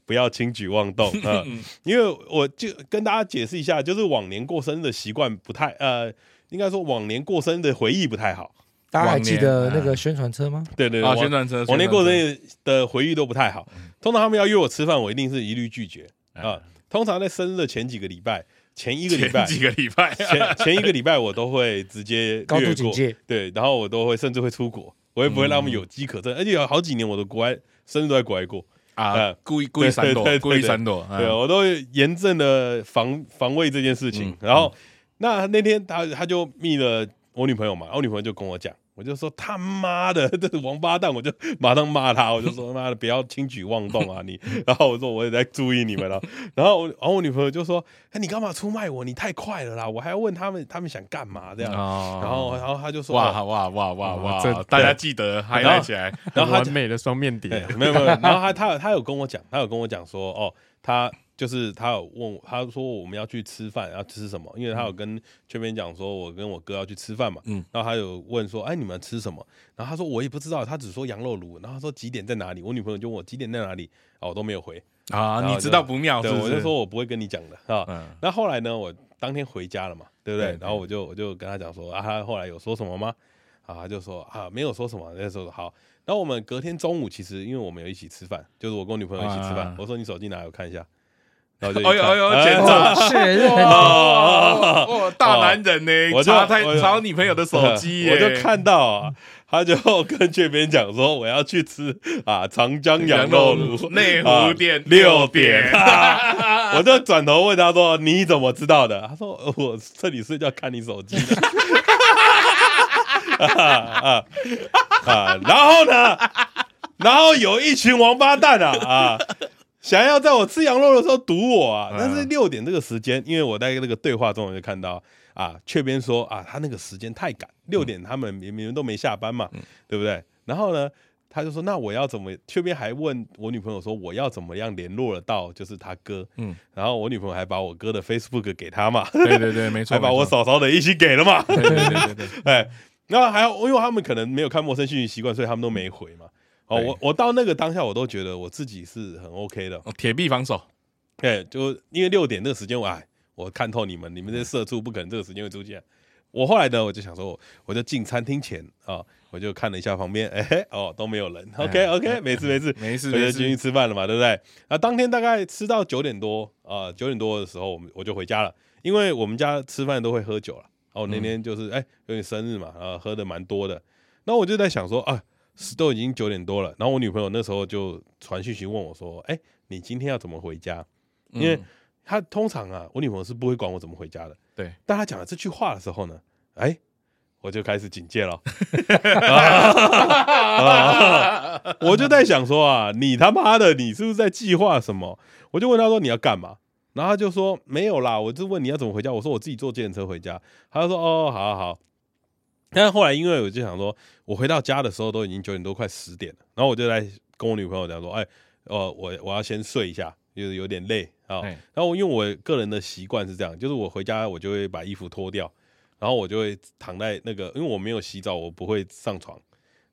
C: 不要轻举妄动啊、呃因为我就跟大家解释一下，就是往年过生日的习惯不太呃，应该说往年过生日的回忆不太好。
D: 大家还
B: 往年
D: 记得那个宣传车 吗？
C: 对对对，
B: 啊，
C: 往
B: 宣传车，
C: 往年
B: 宣传车
C: 过生日的回忆都不太好。通常他们要约我吃饭，我一定是一律拒绝啊。通常在生日的前几个礼拜，前一个礼拜
B: 前。几个 礼拜，啊
C: 前前一个礼拜我都会直接
D: 高
C: 略
D: 度
C: 过
D: 警戒，
C: 对，然后我都会甚至会出国，我也不会让他们有机可乘，而且有好几年我的国外生日都在国外过，
B: 啊
C: 嗯，
B: 故意故意闪
C: 对对对
B: 躲，
C: 对
B: 故意闪躲，
C: 对啊，
B: 嗯
C: 我都会严正的防防卫这件事情。
B: 嗯
C: 然后、那那天他他就密了我女朋友嘛，我女朋友就跟我讲，我就说他妈的 这是王八蛋，我就马上骂他，我就说妈的不要轻举妄动 啊你。然后我说我也在注意你们了。然后我然后我女朋友就说，哎你干嘛出卖我？你太快了啦！我还要问他们他们想干嘛这样。
B: 哦
C: 然后然后他就说
B: 哇
C: 哦
B: 哇哇哇
E: 哇
B: 哇
E: 这，
B: 大家记得还来起来，
C: 然
E: 很
C: 后他
E: 完美的双面啊谍
C: 对，，没有没有。 然后他他有他有跟我讲，他有跟我讲说，哦，他就是他有问我，他说我们要去吃饭，要吃什么？因为他有跟圈边讲说，我跟我哥要去吃饭嘛。
B: 嗯
C: 然后他有问说，哎，你们吃什么？然后他说我也不知道，他只说羊肉炉。然后他说几点在哪里？我女朋友就问我几点在哪里，啊，我都没有回。
B: 啊，
C: 然后
B: 你
C: 就
B: 知道不妙，
C: 对，
B: 是不
C: 我
B: 是
C: 就说，我不会跟你讲的啊。
B: 嗯，
C: 那后来呢，我当天回家了嘛，对不对？
B: 对对
C: 然后我就我就跟他讲说啊，他后来有说什么吗？啊，他就说啊，没有说什么。那时候好，然后我们隔天中午其实因为我们有一起吃饭，就是我跟我女朋友一起吃饭，
B: 啊
C: 我说你手机拿来我看一下，然后就
B: 哎呦哎呦
C: 哎
B: 检查
D: 哦，是是很
B: 哦，哇大男人
C: 哦我
B: 呢，
C: 就
B: 查他
C: 我就
B: 查女朋友的手机欸耶，
C: 我就看到 啊，他就跟这边讲说我要去吃啊长江羊肉炉
B: 内湖店
C: 啊六点， 啊我就转头问他说你怎么知道的？他说呃我这里睡觉看你手机的。 啊啊啊！然后呢？然后有一群王八蛋 啊啊！想要在我吃羊肉的时候堵我啊！
B: 嗯
C: 但是六点这个时间，因为我在那个对话中我就看到啊，雀边说啊，他那个时间太
B: 嗯
C: 赶，六点他们明明都没下班嘛，对不对？然后呢，他就说那我要怎么？雀边还问我女朋友说我要怎么样联络得到就是他哥，嗯
B: 嗯，
C: 然后我女朋友还把我哥的 Facebook 给他嘛，
B: 对对对，没 错，
C: 哎还把我
B: 没错，
C: 嫂嫂的一起给了嘛，
B: 对对对对对，
C: 哎，那还有，因为他们可能没有看陌生讯息习惯，所以他们都没回嘛。哦，
B: 对
C: 我我到那个当下，我都觉得我自己是很 OK 的。
B: 哦铁壁防守，
C: 哎，就因为六点那个时间，我哎，我看透你们，你们这些社畜不可能这个时间会出现。我后来呢，我就想说，我我就进餐厅前啊、我就看了一下旁边，哎、嘿哦都没有人，OK OK，没事没事，
B: 没事
C: 我就
B: 没
C: 进去
B: 事，
C: 吃饭了嘛，对不对？啊，当天大概吃到九点多啊，九、点多的时候，我们我就回家了，因为我们家吃饭都会喝酒了。哦，
B: 嗯
C: 那天就是哎、有点生日嘛，然后喝的蛮多的。那我就在想说啊，是都已经九点多了，然后我女朋友那时候就传讯息问我说，哎、你今天要怎么回家？因为
B: 嗯
C: 她通常啊，我女朋友是不会管我怎么回家的。
B: 对，
C: 但她讲了这句话的时候呢，哎、我就开始警戒了。我就在想说啊，你他妈的，你是不是在计划什么？我就问他说你要干嘛，然后他就说没有啦，我就问你要怎么回家，我说我自己坐计程车回家，他就说哦，好好好。但是后来因为我就想说，我回到家的时候都已经九点多，快十点了，然后我就来跟我女朋友讲说，哎，呃，我我要先睡一下，就是有点累啊。
B: 哎
C: 然后因为我个人的习惯是这样，就是我回家我就会把衣服脱掉，然后我就会躺在那个，因为我没有洗澡，我不会上床，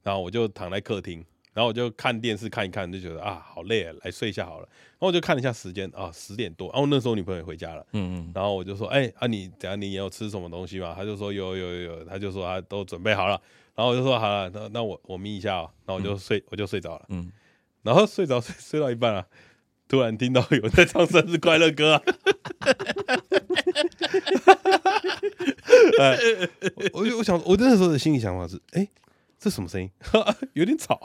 C: 然后我就躺在客厅，然后我就看电视看一看，就觉得啊好累啊，来睡一下好了。然后我就看了一下时间啊，十点多，然后那时候我女朋友也回家了。
B: 嗯嗯
C: 然后我就说，哎、啊你等下你也有吃什么东西吗？他就说有有有有，他就说他啊都准备好了。然后我就说好了，那那我我眯一下、哦，然后我就睡、我就睡着了。
B: 嗯，
C: 然后睡着睡睡到一半啊，突然听到有在唱生日快乐歌、啊，哎我我就我想，我那时候的心里想法是，哎、这什么声音？ 有点 吵，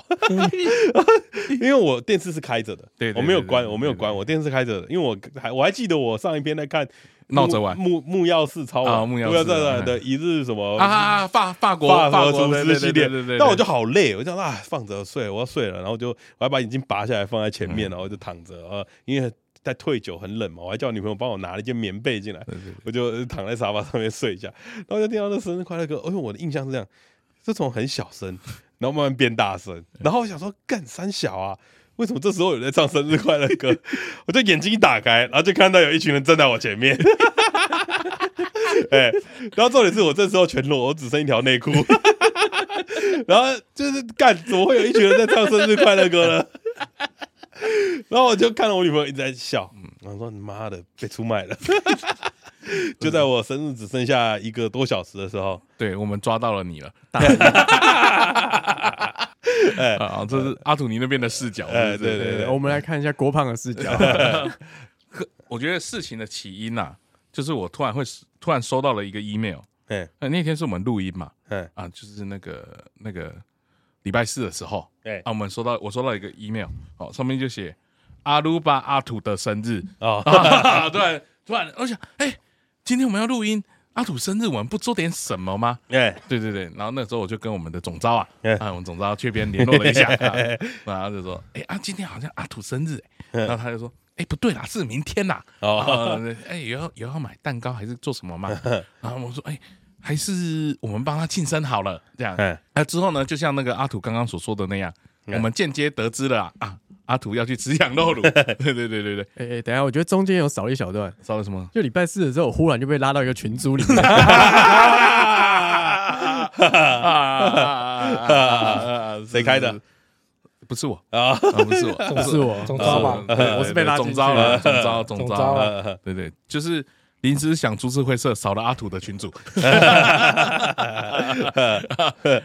C: 因为我电视是开着的，
B: 对对对
C: 我没有
B: 对
C: 关，
B: 对
C: 我没有
B: 对
C: 关，我电视开着的，因为我还我还记得我上一篇在看
B: 闹着玩
C: 木木曜四超
B: 啊
C: 木
B: 木曜四
C: 的
B: 嗯
C: 的一日什么
B: 啊啊，法法国
C: 哦法
B: 法
C: 国
B: 国
C: 厨
B: 对
C: 师
B: 对
C: 系
B: 对
C: 列
B: 对对对，，
C: 但我就好累，我就想啊，放着睡，我要睡了，然后就我还把眼镜拔下来放在前面，
B: 嗯
C: 然后就躺着啊，呃因为在退酒很冷嘛，我还叫我女朋友帮我拿了一件棉被进来，我就呃躺在沙发上面睡一下，然后就听到那生日快乐歌，哎呦，我的印象是这样，是从很小声，然后慢慢变大
B: 嗯
C: 声，然后我想说干三小啊。为什么这时候有人在唱生日快乐歌？ 我就眼睛一打开，然后就看到有一群人站在我前面，哎、然后重点是我这时候全裸，我只剩一条内裤， 然后就是干，怎么会有一群人在唱生日快乐歌呢？ 然后我就看到我女朋友一直在笑，
B: 嗯
C: 然后说：“你妈的，被出卖了！” 就在我生日只剩下一个多小时的时候，
B: 对我们抓到了你了。
C: 哎
B: 啊，这是阿土尼那边的视角。
C: 哎
B: 是不是
C: 对对
E: 对，我们来看一下郭胖的 视角。哎
B: 我觉得事情的起因呐、就是我突然会突然收到了一个 email，
C: 哎
B: 呃，那天是我们录音嘛，
C: 哎
B: 啊，就是那个那个礼拜四的时候，
C: 哎
B: 啊，我们收到我收到一个 email，哦，上面就写阿鲁巴阿土的生日，
C: 哦，
B: 啊，突然突然我想，哎、今天我们要录音，阿土生日，我们不做点什么吗？
C: 哎
B: 对对对，然后那时候我就跟我们的总招啊
C: 嗯，
B: 啊，我们总招去边联络了一下，啊然后就说，哎啊，今天好像阿土生日，哎然后他就说，哎不对啦，是明天啦，
C: 哦
B: 哦，哎有要有要买蛋糕还是做什么吗？然后我说，哎，还是我们帮他庆生好了，这样
C: 嗯。
B: 啊之后呢，就像那个阿土刚刚所说的那样，
C: 嗯
B: 我们间接得知了啊啊，阿土要去吃羊肉炉，对对对对对，
E: 哎哎，等一下，我觉得中间有少一小段，
B: 稍微什么？
E: 就礼拜四的时候，我忽然就被拉到一个群组里面，
B: 啊
C: 谁开的？
B: 不是我，
C: 啊
B: 啊不是我，
D: 总是我，总招吧，
B: 呃对
E: 我是被拉进
B: 总
E: 去
B: 招了，
E: 的。
B: 总招，总
D: 总
B: 招
D: 招
B: 了，
D: 啊，
B: 对对，就是临时想株式会社少了阿土的群主，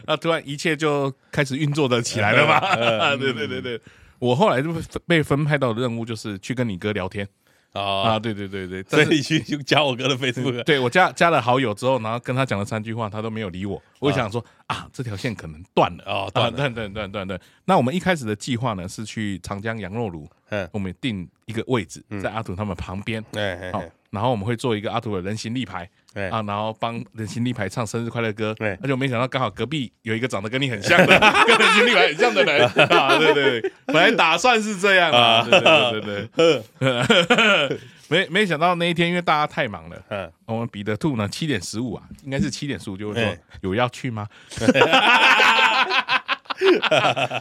B: 那突然一切就开始运作的起来了
E: 嗯
B: 嘛， 对对对对。我后来就被分派到的任务就是去跟你哥聊天啊，
C: 啊！
B: 对对对对，
C: 所
B: 但
C: 以
B: 是
C: 你去就加我哥的 Facebook，
B: 对我加加了好友之后，然后跟他讲了三句话，他都没有理我。我就想说啊，这条线可能断了
C: 哦
B: 啊，
C: 断
B: 断
C: 了
B: 断断断断断。那我们一开始的计划呢是去长江羊肉炉，
C: 嗯
B: 我们定一个位置在阿土他们旁边，
C: 哎哎
B: 好
C: 哎，
B: 然后我们会做一个阿土的人形立牌，
C: 哎
B: 啊，然后帮人形立牌唱生日快乐歌，
C: 对
B: 而且我没想到刚好隔壁有一个长得跟你很像的， 跟人形立牌很像的 人，啊，对对对，本来打算是这样啊，对对对对对， 没没想到那一天因为大家太忙了，
C: 嗯，
B: 我们彼得兔呢七点十五啊，应该是七点十五就会说
C: 哎
B: 有要 去吗？ 大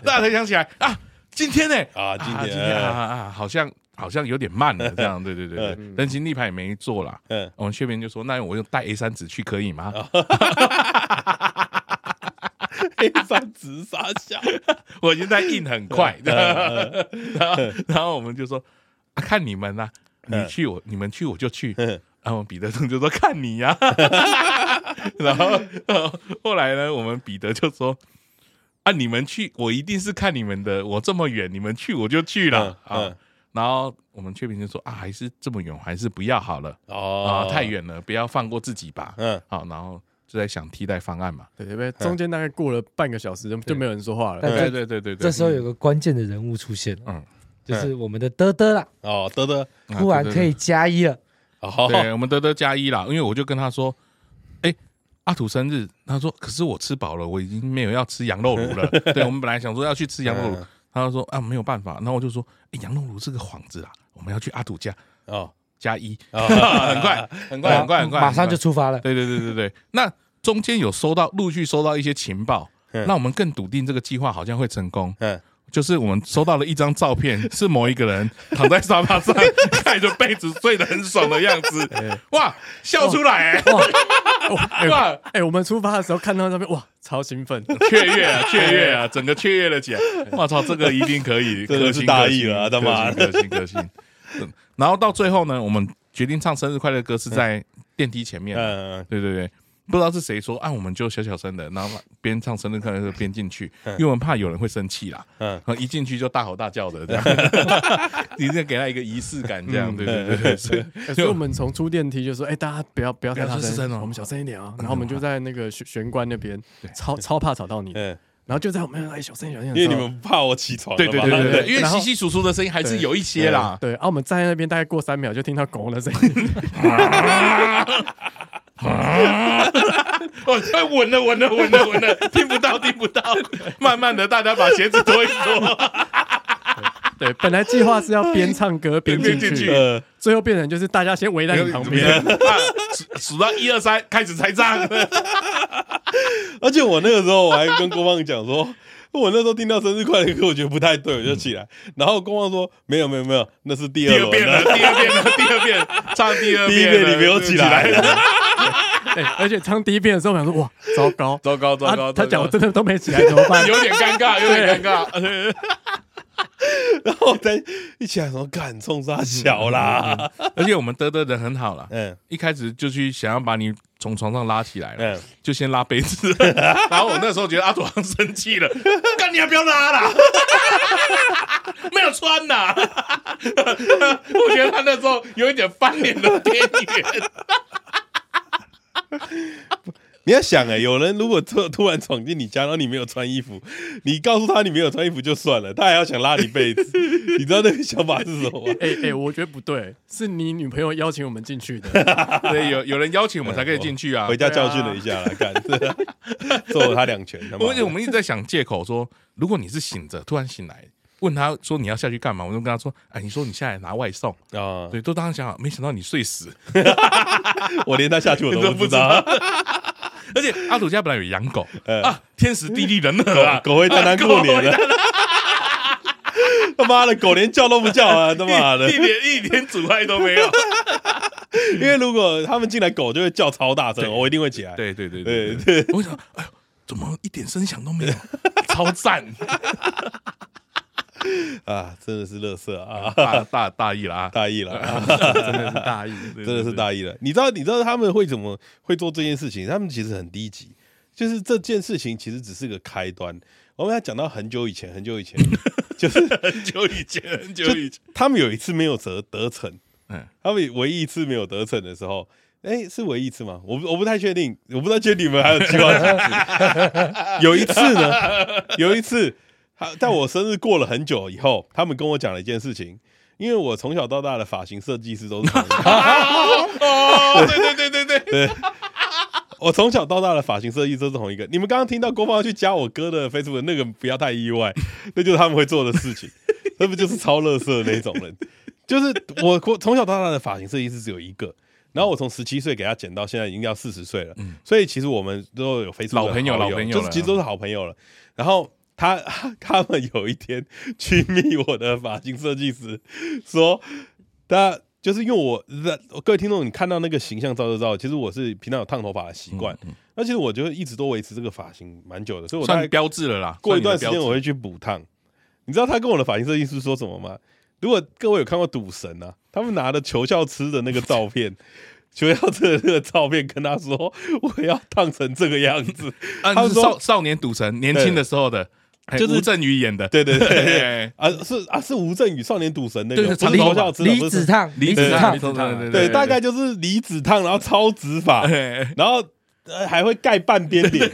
B: 家才想起来啊，今天呢、
C: 啊今天
B: 啊啊啊，好像好像有点慢了，这样对对对对，人形立牌也没做啦。
C: 嗯哦
B: 我们薛平就说：“那我用带 A 三纸去可以吗？”
C: 天山直杀 小，
B: 我已经在 印很快，
C: 嗯
B: 然后然后我们就说、啊、看你们啦、你去我你们去我就去，
C: 嗯
B: 然后彼得正就说看你呀、 然后然后后来呢，我们彼得就说啊你们去我一定是看你们的，我这么远你们去我就去了、
C: 嗯
B: 啊，然后我们雀屏就说啊还是这么远我还是不要好了啊、
C: 哦
B: 太，远了不要放过自己吧，
C: 嗯，
B: 好，然后就在想替代方案嘛，
E: 对，因为中间大概过了半个小时，就就没有人说话了。
D: 对
B: 对对对对对，
D: 这时候有个关键的人物出现了，
B: 嗯
D: 就是我们的德德啦，
C: 哦，得得，
B: 啊
D: 忽然
B: 对对对
D: 可以加一了，
C: 哦，
B: 对，我们德德加一啦，因为我就跟他说，哎、阿土生日，他说，可是我吃饱了，我已经没有要吃羊肉炉了。对，我们本来想说要去吃羊肉炉
C: 嗯，
B: 他就说啊没有办法，然后我就说，哎、羊肉炉是个幌子啦，啊我们要去阿土家
C: 哦，
B: 加一，
C: 哦
B: 很快，很快，很快，很快，
D: 啊马上就
B: 很
D: 出发了
B: 快。。对对对对对，那中间有收到陆续收到一些情报，
C: 嗯
B: 那我们更笃定这个计划好像会成功。
C: 嗯，
B: 就是我们收到了一张照片，是某一个人躺在沙发上，盖着被子睡得很爽的样子，哇，笑出来、欸，
E: 哇，哎、
B: 哇，
E: 哎我们出发的时候看到那边，哇，超兴奋，
B: 雀跃啊，雀跃啊，整个雀跃了起来。我操， 这个一定可以，
C: 真的是
B: 可行
C: 大意了啊
B: 可
C: 他
B: 行
C: 妈
B: 可行可行。嗯然后到最后呢，我们决定唱生日快乐歌是在电梯前面，
C: 嗯，
B: 对对对，不知道是谁说啊，我们就小小声的，然后边唱生日快乐歌边进去，因为我们怕有人会生气啦。
C: 嗯
B: 嗯，一进去就大吼大叫的 这样，一定要给他一个仪式感，这样对对嗯对对，所以
E: 所以我们从出电梯就说，哎、大家不要不要太
B: 不
E: 大
B: 要说声
E: 声
B: 哦
E: 我们小声一点啊。然后我们就在那个玄玄关那边
B: 对，
E: 超超怕吵到你。
C: 嗯，
E: 然后就在我们哎小声一点小声一
C: 因为
E: 点的时候，
C: 你们怕我起床了
B: 对
C: 嘛，
B: 对对对嗯对，因为
E: 然后
B: 稀稀疏疏的声音还是有一些啦。
E: 对啊，我们站在那边大概过三秒就听到狗的声音，
B: 哦，哎稳了，稳了，稳了， 稳了，听不到，听不到。慢慢的，大家把鞋子脱一 脱，
E: 对，本来计划是要边唱歌边进
B: 边进
E: 去
B: 去，
C: 呃，
E: 最后变成就是大家先围在你旁边，
B: 啊数数到一二三，开始拆 账。
C: 而且我那个时候我还跟郭胖讲说， 我那时候听到生日快乐歌，我觉得不太对，我就起来。然后郭胖说没有没有没有，那是第
B: 嗯第
C: 二
B: 二遍
C: 轮
B: 了，
C: 的，
B: 第二遍了，第二遍，唱第二遍了。
C: 第一遍你没有起来，
E: 对，而且唱第一遍的时候，我想说哇，糟糕，
B: 糟糕，糟
E: 啊
B: 糕，
E: 他讲我
B: 糟
E: 真的都没起来怎么办
B: 糕？有点尴尬，有点尴尬。
C: 然后再一起来说敢冲杀小啦，
B: 而且我们得得人很好啦，
C: 嗯
B: 一开始就去想要把你从床上拉起来了，
C: 嗯，
B: 就先拉 杯子。然后我那时候觉得阿土像生气了， 干你还啊不要拉啦， 没有穿呐。 我觉得他那时候有一点翻脸的边缘。
C: 你要想哎、有人如果突突然闯进你家，然后你没有穿衣服，你告诉他你没有穿衣服就算了，他还要想拉你被 子，你知道那个想法是什么吗？
E: 哎哎、我觉得不对，是你女朋友邀请我们进去的，
B: 对，有有人邀请我们才可以进去啊
C: 回。家教训了一下啦，干，揍了他两拳。他妈的
B: 而且我们一直在想借口说，如果你是醒着突然醒来，问他说你要下去干嘛，我就跟他说，哎，你说你下来拿外送，
C: 啊，
B: 对，都当时想好，没想到你睡死，
C: 我连他下去我都不知道。
B: 而且阿土家本来有养狗
C: 嗯
B: 啊，天时地利人和啊，
C: 狗会在那过年 了。他妈的，狗连叫都不叫 啊！他妈的
B: 一，点一点阻碍都没有。
C: 因为如果他们进来，狗就会叫超大声，
B: 对
C: 我一定会起来。
B: 对对 对
C: 对
B: 对
C: 对，
B: 我想，哎呦，怎么一点声响 都没有？超赞，
C: 啊，真的是乐色啊，
B: 大大大意 啦，
C: 大意了啊，
E: 真的是大意。
B: 真
C: 真的是大意了。你知道，你知道他们会怎么会做这件事情？他们其实很低级，就是这件事情其实只是个开端。我们要讲到很久以前，很久以前，就是
B: 很久以前，很久以前，
C: 他们有一次没有得得逞，
B: 嗯
C: 他们唯一一次没有得逞的时候，哎、是唯一一次吗？我不我不太确定，我不太确定你们还有计划是不是有一次 呢，有一次，他在我生日过了很久以后，他们跟我讲了一件事情，因为我从小到大的发型设计师都是同一个
B: 哦，对对对对对，
C: 我从小到大的发型设计都是同一个。你们刚刚听到郭芳要去加我哥的 Facebook，那个不要太意外，那就是他们会做的事情， 那不就是超乐色那种人？就是我我从小到大的发型设计师只有一个，然后我从十七岁给他剪到现在已经要四十岁了，所以其实我们都有 Facebook 的
B: 嗯老朋友
C: 好
B: 老朋友
C: 就是
B: 了
C: 其实都是好朋友了。然后他 他们有一天去密我的发型设计师，说他就是因为我的各位听众，你看到那个形象照就知道，其实我是平常有烫头发的习惯。那其实我觉得一直都维持这个发型蛮久的，所以我大
B: 嗯算
C: 概
B: 标志了啦。
C: 过一段时
B: 算
C: 间
B: 你的
C: 我
B: 标志
C: 会去补烫。你知道他跟我的发型设计师说什么吗？如果各位有看过《赌神》啊，他们拿着球校吃的那个照 片，球校吃的那个照片，跟他说我要烫成这个样 子。
B: 啊，
C: 他们
B: 你是
C: 说
B: 少少年赌神，年轻的时候的，哎
C: 就是
B: 吴镇宇演的，
C: 对对对对，
B: 对，
C: 啊是啊是吴镇宇《少年赌神》那个，
B: 对
C: 不
B: 对
C: 是
B: 长头
C: 球
B: 发
C: 校吃的，
D: 离
C: 不是
D: 子烫，离
B: 对
D: 子
B: 对
D: 烫
B: 离，子烫对
C: 对，大概就是离子烫，然后超直 发，
B: 对
C: 然后、呃、还会盖半边脸。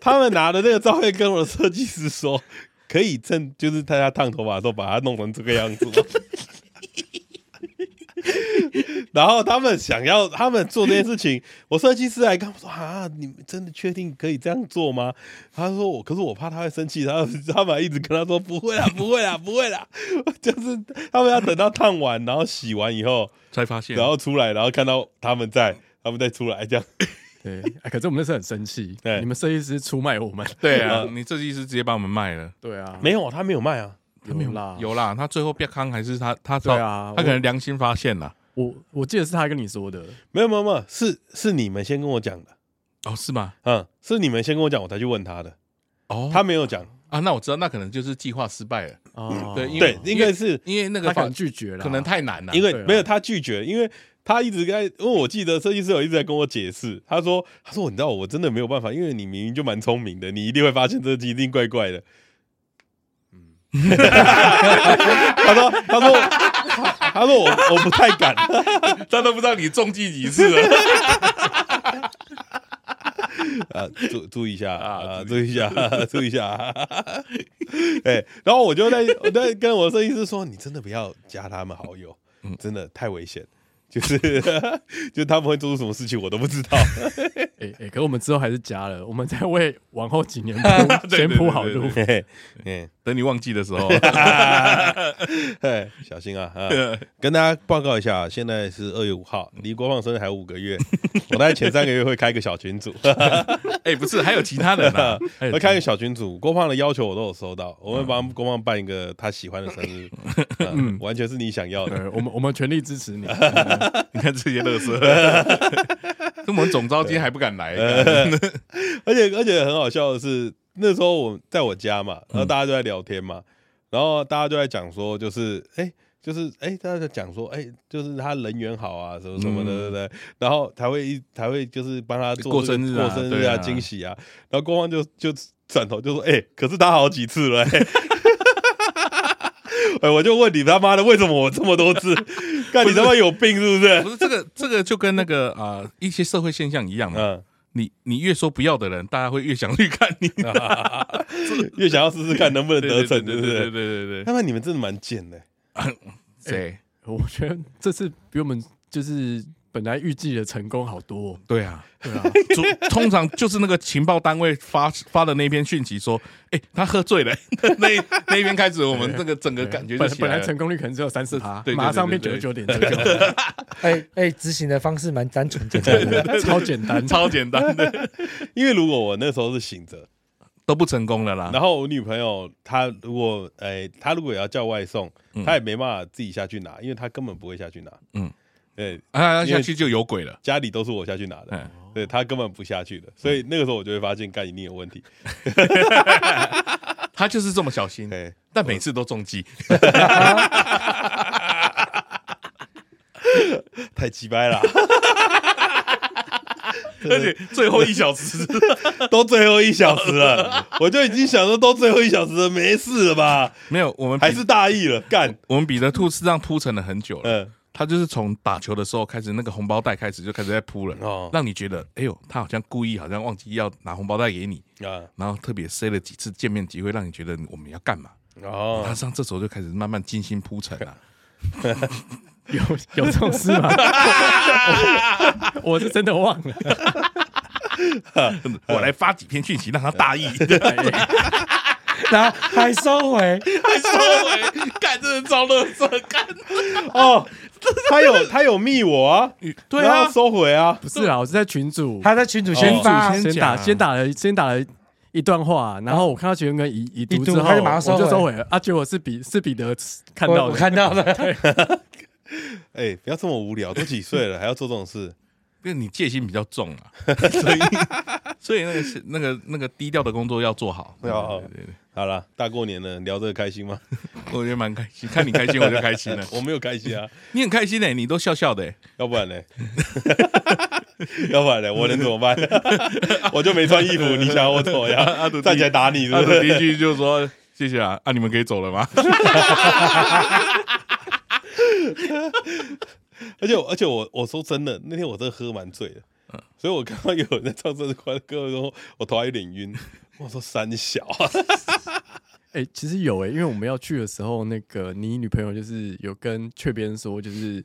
C: 他们拿的那个照片跟我的设计师说，可以趁就是大家烫头发的时候把它弄成这个样子吗。 然后他们想要，他们做这件事情，我设计师还跟我说：“啊，你们真的确定可以这样做吗？”他说：“我，可是我怕他会生气。”他他们还一直跟他说：“不会啦，不会啦，不会啦。” 就是他们要等到烫完，然后洗完以后，
B: 才发现，
C: 然后出来，然后看到他们在，他们再出来这样。
E: 对，啊可是我们那时候很生气，
C: 对
E: 你们设计师出卖我们。
B: 对啊，你设计师直接把我们卖了。
E: 对啊，
C: 没有，他没有卖啊。
E: 有啦，
B: 有啦，他最后变康还是他他
E: 对啊
B: 他可
E: 我
B: 能良心发现了。
E: 我我记得是他跟你说的，
C: 没有没有没有，是是你们先跟我讲的，
B: 哦，是吗？
C: 嗯，是你们先跟我讲，我才去问他的，
B: 哦，
C: 他没有讲，
B: 啊，那我知道，那可能就是计划失败了，
E: 哦，
B: 嗯对因为
C: 对，应该是
B: 因为那
E: 他
B: 个
E: 可
B: 法
E: 能拒绝了，
B: 可能太难了，
C: 因为
E: 对啊
C: 没有他拒绝，因为他一直在，因为我记得设计师有一直在跟我解释，他说他说你知道我真的没有办法，因为你明明就蛮聪明的，你一定会发现这一定怪怪的。嗯， 他说他说他他说我我不太敢，
B: 他都不知道你中计几次了。
C: 啊，注注意一下
B: 啊
C: 啊，注意一下， 注意一下。哎，然后我就在我在跟我设计师说，你真的不要加他们好友，真的太危险。就是 就他们会做出什么事情，我都不知 道。
E: 哎哎、可我们之后还是加了，我们在为往后几年 铺
B: 对对
E: 先
B: 对
E: 铺好
B: 对
E: 路
B: 对。
C: 嘿嗯嘿
B: 等你忘记的时候，
C: 嘿，小心啊！啊嗯跟大家报告一下，啊现在是二月五号，离国放生日还有五个月。我大概前三个月会开个小群 组，
B: 哎，不是，还有其他人啊，还 有
C: 会开个小群组。郭胖的要求我都有收到，我会帮郭胖办一个他喜欢的生 日，啊完全是你想要的。
E: 对，我们我们全力支持 你。
B: 你看这些乐色，跟我们总招今天还不敢来，
C: 而且而且很好笑的是，那时候我在我家嘛，
B: 嗯
C: 然后大家就在聊天嘛，然后大家就在讲说，就是哎、就是哎、大家在讲说，哎、就是他人缘好啊，什么什么的，对
B: 嗯
C: 不对？然后才会一才会就是帮他做
B: 过
C: 这个
B: 生日啊
C: 过生日
B: 对
C: 啊，
B: 啊
C: 惊喜啊。然后郭芳就就转头就说，哎、可是他好几次了、 哎哎、我就问你他妈的，为什么我这么多次？看你他妈有病是不是
B: 不？是这个这个就跟那个啊一些社会现象一样嘛，
C: 嗯，
B: 你你越说不要的人，大家会越想去看你，
C: 越想要试试看能不能得逞，对
B: 对
C: 不
B: 对对
C: 对？
B: 对对对
C: 他妈，你们真的蛮贱的、
B: 谁？
E: 我觉得这次比我们就是本来预计的成功好多、
B: 对啊，
E: 对啊，
B: 主 通常就是那个情报单位发发的那篇讯息说，哎、他喝醉了， 那那一边开始，我们这个整个感觉就
E: 本
B: 起
E: 本
B: 来
E: 来
B: 了。
E: 成功率可能只有三十趴
B: 对对，对
E: 马上变九
B: 对
E: 十九
B: 对
E: 点九 九，
D: 哎哎，执行的方式蛮单纯简单的，
E: 超简单。
B: 超简单的，
C: 因为如果我那时候是醒着，
B: 都不成功了啦。
C: 然后我女朋友她如果哎、她如果也要叫外送，她也没办法自己下去拿，因为她根本不会下去拿。嗯
B: 嗯，
C: 对，
B: 啊，下去就有鬼了。
C: 家里都是我下去拿的，
B: 嗯
C: 对她根本不下去
B: 哦
C: 的，所以那个时候我就会发现，干一定有问题。
B: 他就是这么小心，
C: 对，
B: 但每次都中计。
C: 哎太鸡掰了，
B: 而且最后一小 时，
C: 都最后一小时 了，我就已经想说都最后一小时了，没事了吧？
B: 没有我们比
C: 还是大意了，干，
B: 我们彼得兔是这样铺陈了很
E: 呃
B: 久了。
C: 嗯，
B: 他就是从打球的时候开始，那个红包袋开始就开始在铺了，
C: 哦
B: 让你觉得，哎呦，他好像故意，好像忘记要拿红包袋给你，
C: 啊，
B: 然后特别塞了几次见面机会，让你觉得我们要干嘛。他
C: 哦，
B: 上这时候就开始慢慢精心铺陈啊 了。
E: 有有这种事 吗？我我是真的忘了。
B: 我来发几篇讯息让他大意，
D: 然后还收回，
B: 干真的超乐色，干
C: 哦，他有他有密我啊，
B: 对
C: 然后
B: 啊，
C: 收回啊，
E: 不是啦，我是在群主，
D: 他在群主
E: 群
D: 先
E: 主
D: 发，
E: 哦先
B: 讲啊
E: 打先打了先打了一段话，然后我看到群跟已已
D: 已
E: 读
D: 读
E: 之后，
D: 他就马上收
E: 我就
D: 回
E: 收回了。啊，结果是彼是彼得看
D: 我
E: 到
D: 我
E: 的，
D: 看到了，
C: 哎、不要这么无聊，都几岁了还要做这种事？
B: 因为你戒心比较重 啊，所以所以那个是那个那个低调的工作要做好。对啊
C: 要好
B: 对对对，
C: 哦好了，大过年的聊这个开心吗？。
B: 我觉得蛮开心，看你开心我就开 心了
C: 我没有开心啊，
B: 你很开心哎，你都笑笑的欸，
C: 要不然呢？ 要不然呢？我能怎么办？ 我就没穿衣服，你想我怎么
B: 阿
C: 样？
B: 杜
C: 站起来打你是
B: 他
C: 不
B: 的
C: 是？
B: 啊第一句就说谢谢啊，啊你们可以走了吗？
C: 而且我而且我我说真的，那天我真的喝蛮醉的，
B: 嗯
C: 所以我看到有人在唱生日快乐歌的时候，我头还有点晕。我说三小啊，
E: 哎、其实有哎、因为我们要去的时候，那个你女朋友就是有跟雀边说，就是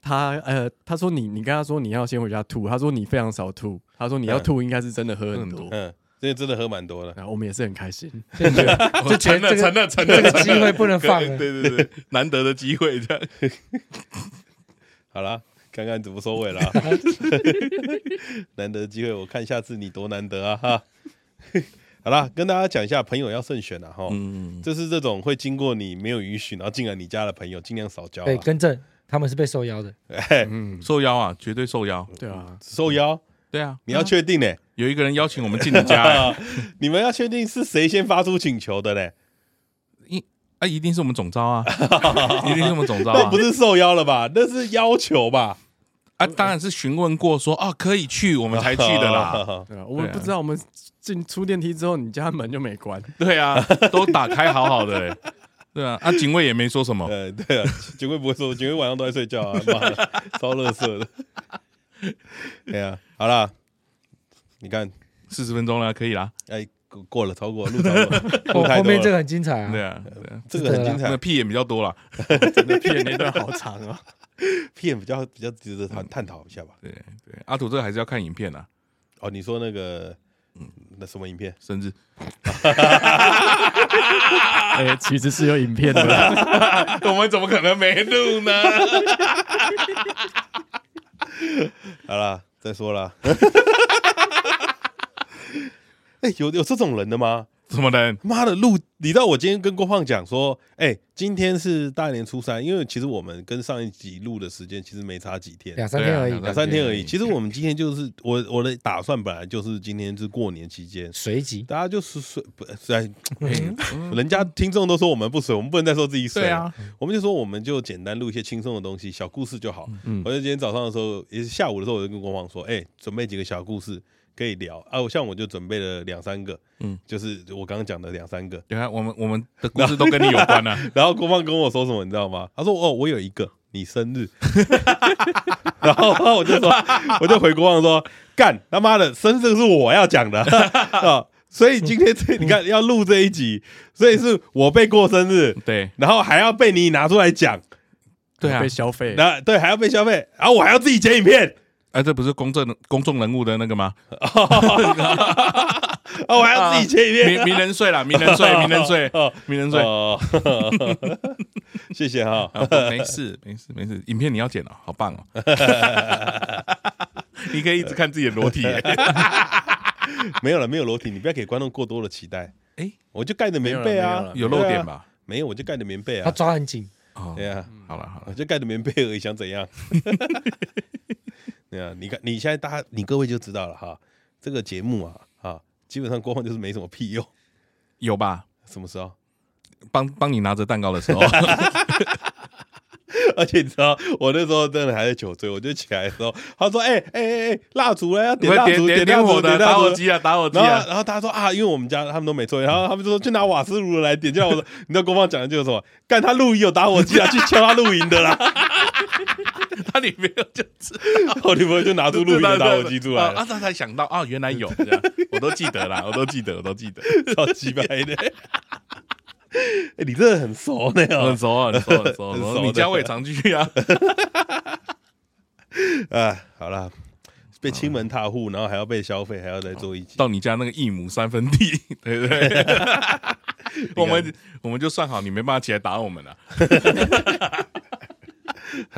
E: 她呃，她说你你跟她说你要先回家吐，她说你非常少吐，她说你要
C: 嗯
E: 吐应该是真的喝很
B: 喝
E: 多，
C: 嗯，今天真的喝蛮多的。
E: 然后我们也是很开心，
D: 所以你觉得
B: 我承认
D: 这个
B: 承认承
D: 这
B: 认
D: 个
B: 承
D: 机
B: 认，
D: 会不能放了。
B: 对对对，难得的机会这样。
C: 好啦，看看怎么收尾 啦。难得机会，我看下次你多难得啊哈。 好啦，跟大家讲一下，朋友要慎选啊哈。
B: 嗯，
C: 就是这种会经过你没有允许，然后进来你家的朋友，尽量少交、
D: 对，
C: 啊。
D: 更正，他们是被受邀的。
C: 哎，
E: 嗯，
B: 受邀啊，绝对受邀。
E: 对啊，
C: 受邀，
B: 对啊，
C: 你要确定呢、
B: 有一个人邀请我们进你家欸，
C: 啊，你们要确定是谁先发出请求的嘞，
B: 啊，一定是我们总招 啊，一定是我们总招
C: 那
B: 啊
C: 不。是受邀了吧？那是要求吧？
B: 啊，当然是询问过说啊可以去，我们才去的 啦。
C: 啦。
E: 对啊，我们
B: 对啊
E: 不知道我们进出电梯之后，你家门就没 关，
B: 对啊，都打开好好的欸，对啊，啊警卫也没说什么。
C: 呃，对啊，警卫不会说，警卫晚上都在睡觉啊，妈的，超乐色的。对啊，好啦，你看，
B: 四十分钟了，可以啦。
C: 哎，过过了，超过了，路超过了，
D: 后
C: 路太
D: 后
C: 多
D: 面这
C: 了，
D: 个很精彩
B: 对
D: 啊，
B: 啊，对啊，
C: 这个很精
B: 那
C: 彩，
B: 屁眼比较多啦。
E: 真的屁眼那段好长啊。
C: 片比较比较值得探探讨一下吧。
B: 对对，阿土这个还是要看影片啊，
C: 哦，你说那个，那什么影片？
B: 甚至
E: 哎、其实是有影片的，
B: 我们怎么可能没录呢？
C: 好啦，再说啦。哎、有有这种人的吗？
B: 怎么能？
C: 妈的录！你知道我今天跟郭胖讲说，哎、今天是大年初三，因为其实我们跟上一集录的时间其实没差几天，
D: 两三天而已，
B: 对啊
C: 两三天而已。其实我们今天就是我我的打算本来就是今天是过年期间，
D: 随即
C: 大家就是随不哎，
B: 嗯
C: 人家听众都说我们不随，我们不能再说自己随
B: 对啊，
C: 我们就说我们就简单录一些轻松的东西，小故事就好。
E: 嗯
C: 我就今天早上的时候，也是下午的时候，我就跟国王说，哎、准备几个小故事可以聊啊。我像我就准备了两三个，嗯
B: 嗯，
C: 就是我刚刚讲的两三个。
B: 你看啊我们我们的故事都跟你有关 啊。
C: 然后国王跟我说什么，你知道吗？他说哦，我有一个你生日， 然后然后我就说，我就回国王说，干他妈的，生日是我要讲的 啊。所以今天这你看要录这一集，所以是我被过生日，
B: 对
C: 然后还要被你拿出来讲，
B: 对啊
E: 被，消费，
C: 那对还要被消费，然后我还要自己剪影片，
B: 哎，这不是公正公众人物的那个 吗？
C: 哦，我还要自己剪影
E: 啊
C: 片，
B: 名名人税啦，名人 税，名人税，
C: 哦
B: 名人税。
C: 哦， 谢谢哈。
B: 啊，没事，没事，没事。影片你要剪了、好棒哦！ 你可以一直看自己的裸 体、哎、
C: 没有了，没有裸体，你不要给观众过多的期待。
B: 哎
C: 我就盖着棉被
E: 没有
C: 啊
E: 了，
B: 有漏点吧？
C: 对啊？没有，我就盖着棉被
D: 他
C: 啊。
D: 抓很紧，
B: 哦，
C: 对啊，
B: 好了好了
C: 我，就盖着棉被而已，想怎样？ 对啊，你看你现在大家，你各位就知道了哈。这个节目啊，啊，基本上过后就是没什么屁用。
B: 有吧？
C: 什么时候？
B: 帮帮你拿着蛋糕的时候，
C: 而且你知道，我那时候真的还在酒醉，我就起来的时候，他说：“哎哎哎哎，蜡烛了，要点蜡烛，
B: 点点
C: 蜡
B: 火
C: 烛，
B: 的，
C: 点
B: 打
C: 蜡
B: 火
C: 烛。”
B: 机啊，打火机
C: 然后
B: 啊！
C: 然后大家说啊，因为我们家他们都没抽烟，然后他们就说去拿瓦斯炉来点。叫我说， 你知道国防讲的就是什么？干他露营有打火机啊，去敲他露营的啦。
B: 他里面有就
C: 我女朋哦友就拿出露营的打火机出来
B: 啊啊，
C: 了，
B: 他才想到啊，原来有，这样我都记得啦，我都记得，我都记得，
C: 超鸡掰 的。哎，你真的很熟呢
B: 很
C: 哦，
B: 熟啊，很熟，很熟，
C: 很
B: 很
C: 熟
B: 熟。
C: 的
B: 你家我也常 去啊，
C: 啊，好啦，被亲门踏户，然后还要被消费，还要再做一集。
B: 到你家那个一亩三分地，对不 对？ 我们我们就算好，你没办法起来打我们啊了。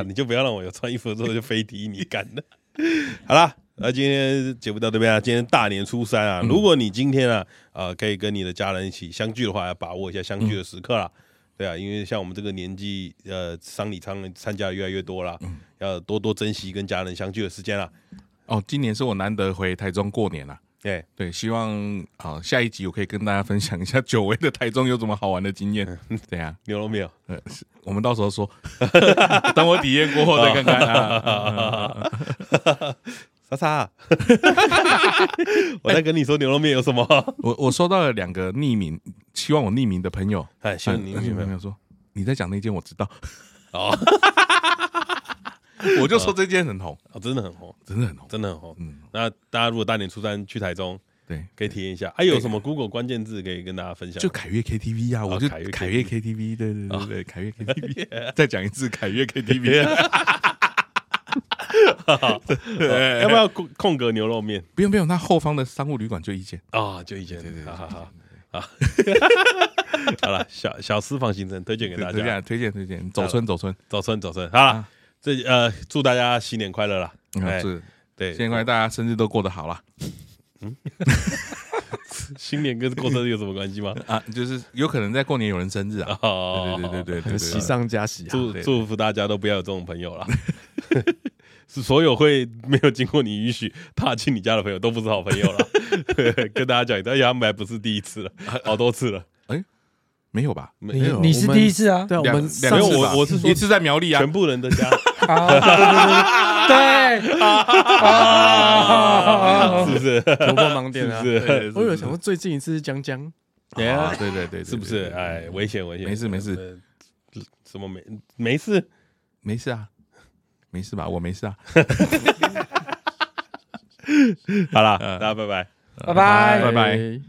C: 你就不要让我有穿衣服的时候就飞踢你干的。好啦，那今天节目到这边啊，今天大年初三啊，如果你今天啊，呃，可以跟你的家人一起相聚的话，要把握一下相聚的时刻啦。对啊，因为像我们这个年纪，呃，丧礼参参加的越来越多啦，要多多珍惜跟家人相聚的时间啦。
B: 哦，今年是我难得回台中过年啦、啊
C: 哎，
B: 对，希望好下一集我可以跟大家分享一下久违的台中有什么好玩的 经验。怎样？
C: 牛肉没哦有？
B: 呃，是我们到时候说， 等我体验过后再看看 啊。
C: 莎莎， 我在跟你说牛肉面有什么？
B: 我我收到了两个匿名，希望我匿名的朋友，呃
C: 哎，希望你女朋友
B: 友说你在讲那件我 知道，
C: 哦，
B: 我就说这件很红，
C: 哦真的很红，
B: 真的很红。
C: 真的很红。
B: 嗯，
C: 那大家如果大年初三去台中，
B: 对，
C: 可以体验一下。哎，有什么 Google 关键字可以跟大家分享？
B: 就 凯悦 KTV 啊，我就
C: 啊哦凯悦
B: 凯悦 KTV，对对
C: 哦
B: 对对，凯悦 KTV，再讲一次凯悦 KTV，哎
C: 呃要不要空空格牛肉面
B: 不用不用，那后方的商务旅馆就一间。
C: 啊？就以前，好好 好，好好了，小小私房行程推荐给大
B: 推
C: 家，
B: 荐推荐推荐，走村走村，
C: 走村走村。好了，这呃，祝大家新年快乐啦！哎
B: 嗯，是，
C: 对，
B: 现在大家生日都过得好啦。
C: 新年跟过生日有什么关系 吗？
B: 啊，就是有可能在过年有人生日啊，
C: 哦
B: 对对对对对对
E: 喜
B: 对，
E: 上加喜啊！
C: 祝
B: 对
C: 祝福大家都不要有这种朋友啦。 是所有会没有经过你允许踏进你家的朋友都不是好朋友了， 跟大家讲一下，而且他们还不是第一次了，
B: 啊
C: 好多次了，
B: 没有吧？
C: 没
D: 你
E: 有
D: 你是
E: 我们
D: 第一次啊？
E: 对啊，我
B: 两
E: 们
B: 两
E: 上
C: 没
B: 次
C: 有
B: 吧
C: 我我是说
B: 一次在苗栗啊
C: 全，部人的 家，
D: 啊，对对对对对啊，
C: 是不是？
E: 头发盲点啊！
C: 是不是
E: 对我有想过最近一次是江江，
C: 哎
B: 啊
C: 呀，
B: 对对对，对
C: 是不是？
B: 对对
C: 哎，危险危险，
B: 没事没事
C: 呃，什么没没事？
B: 没事啊，没事吧？我没事啊，啊
C: 好啦，大家拜拜。
D: 拜拜
E: 哎
B: 拜拜。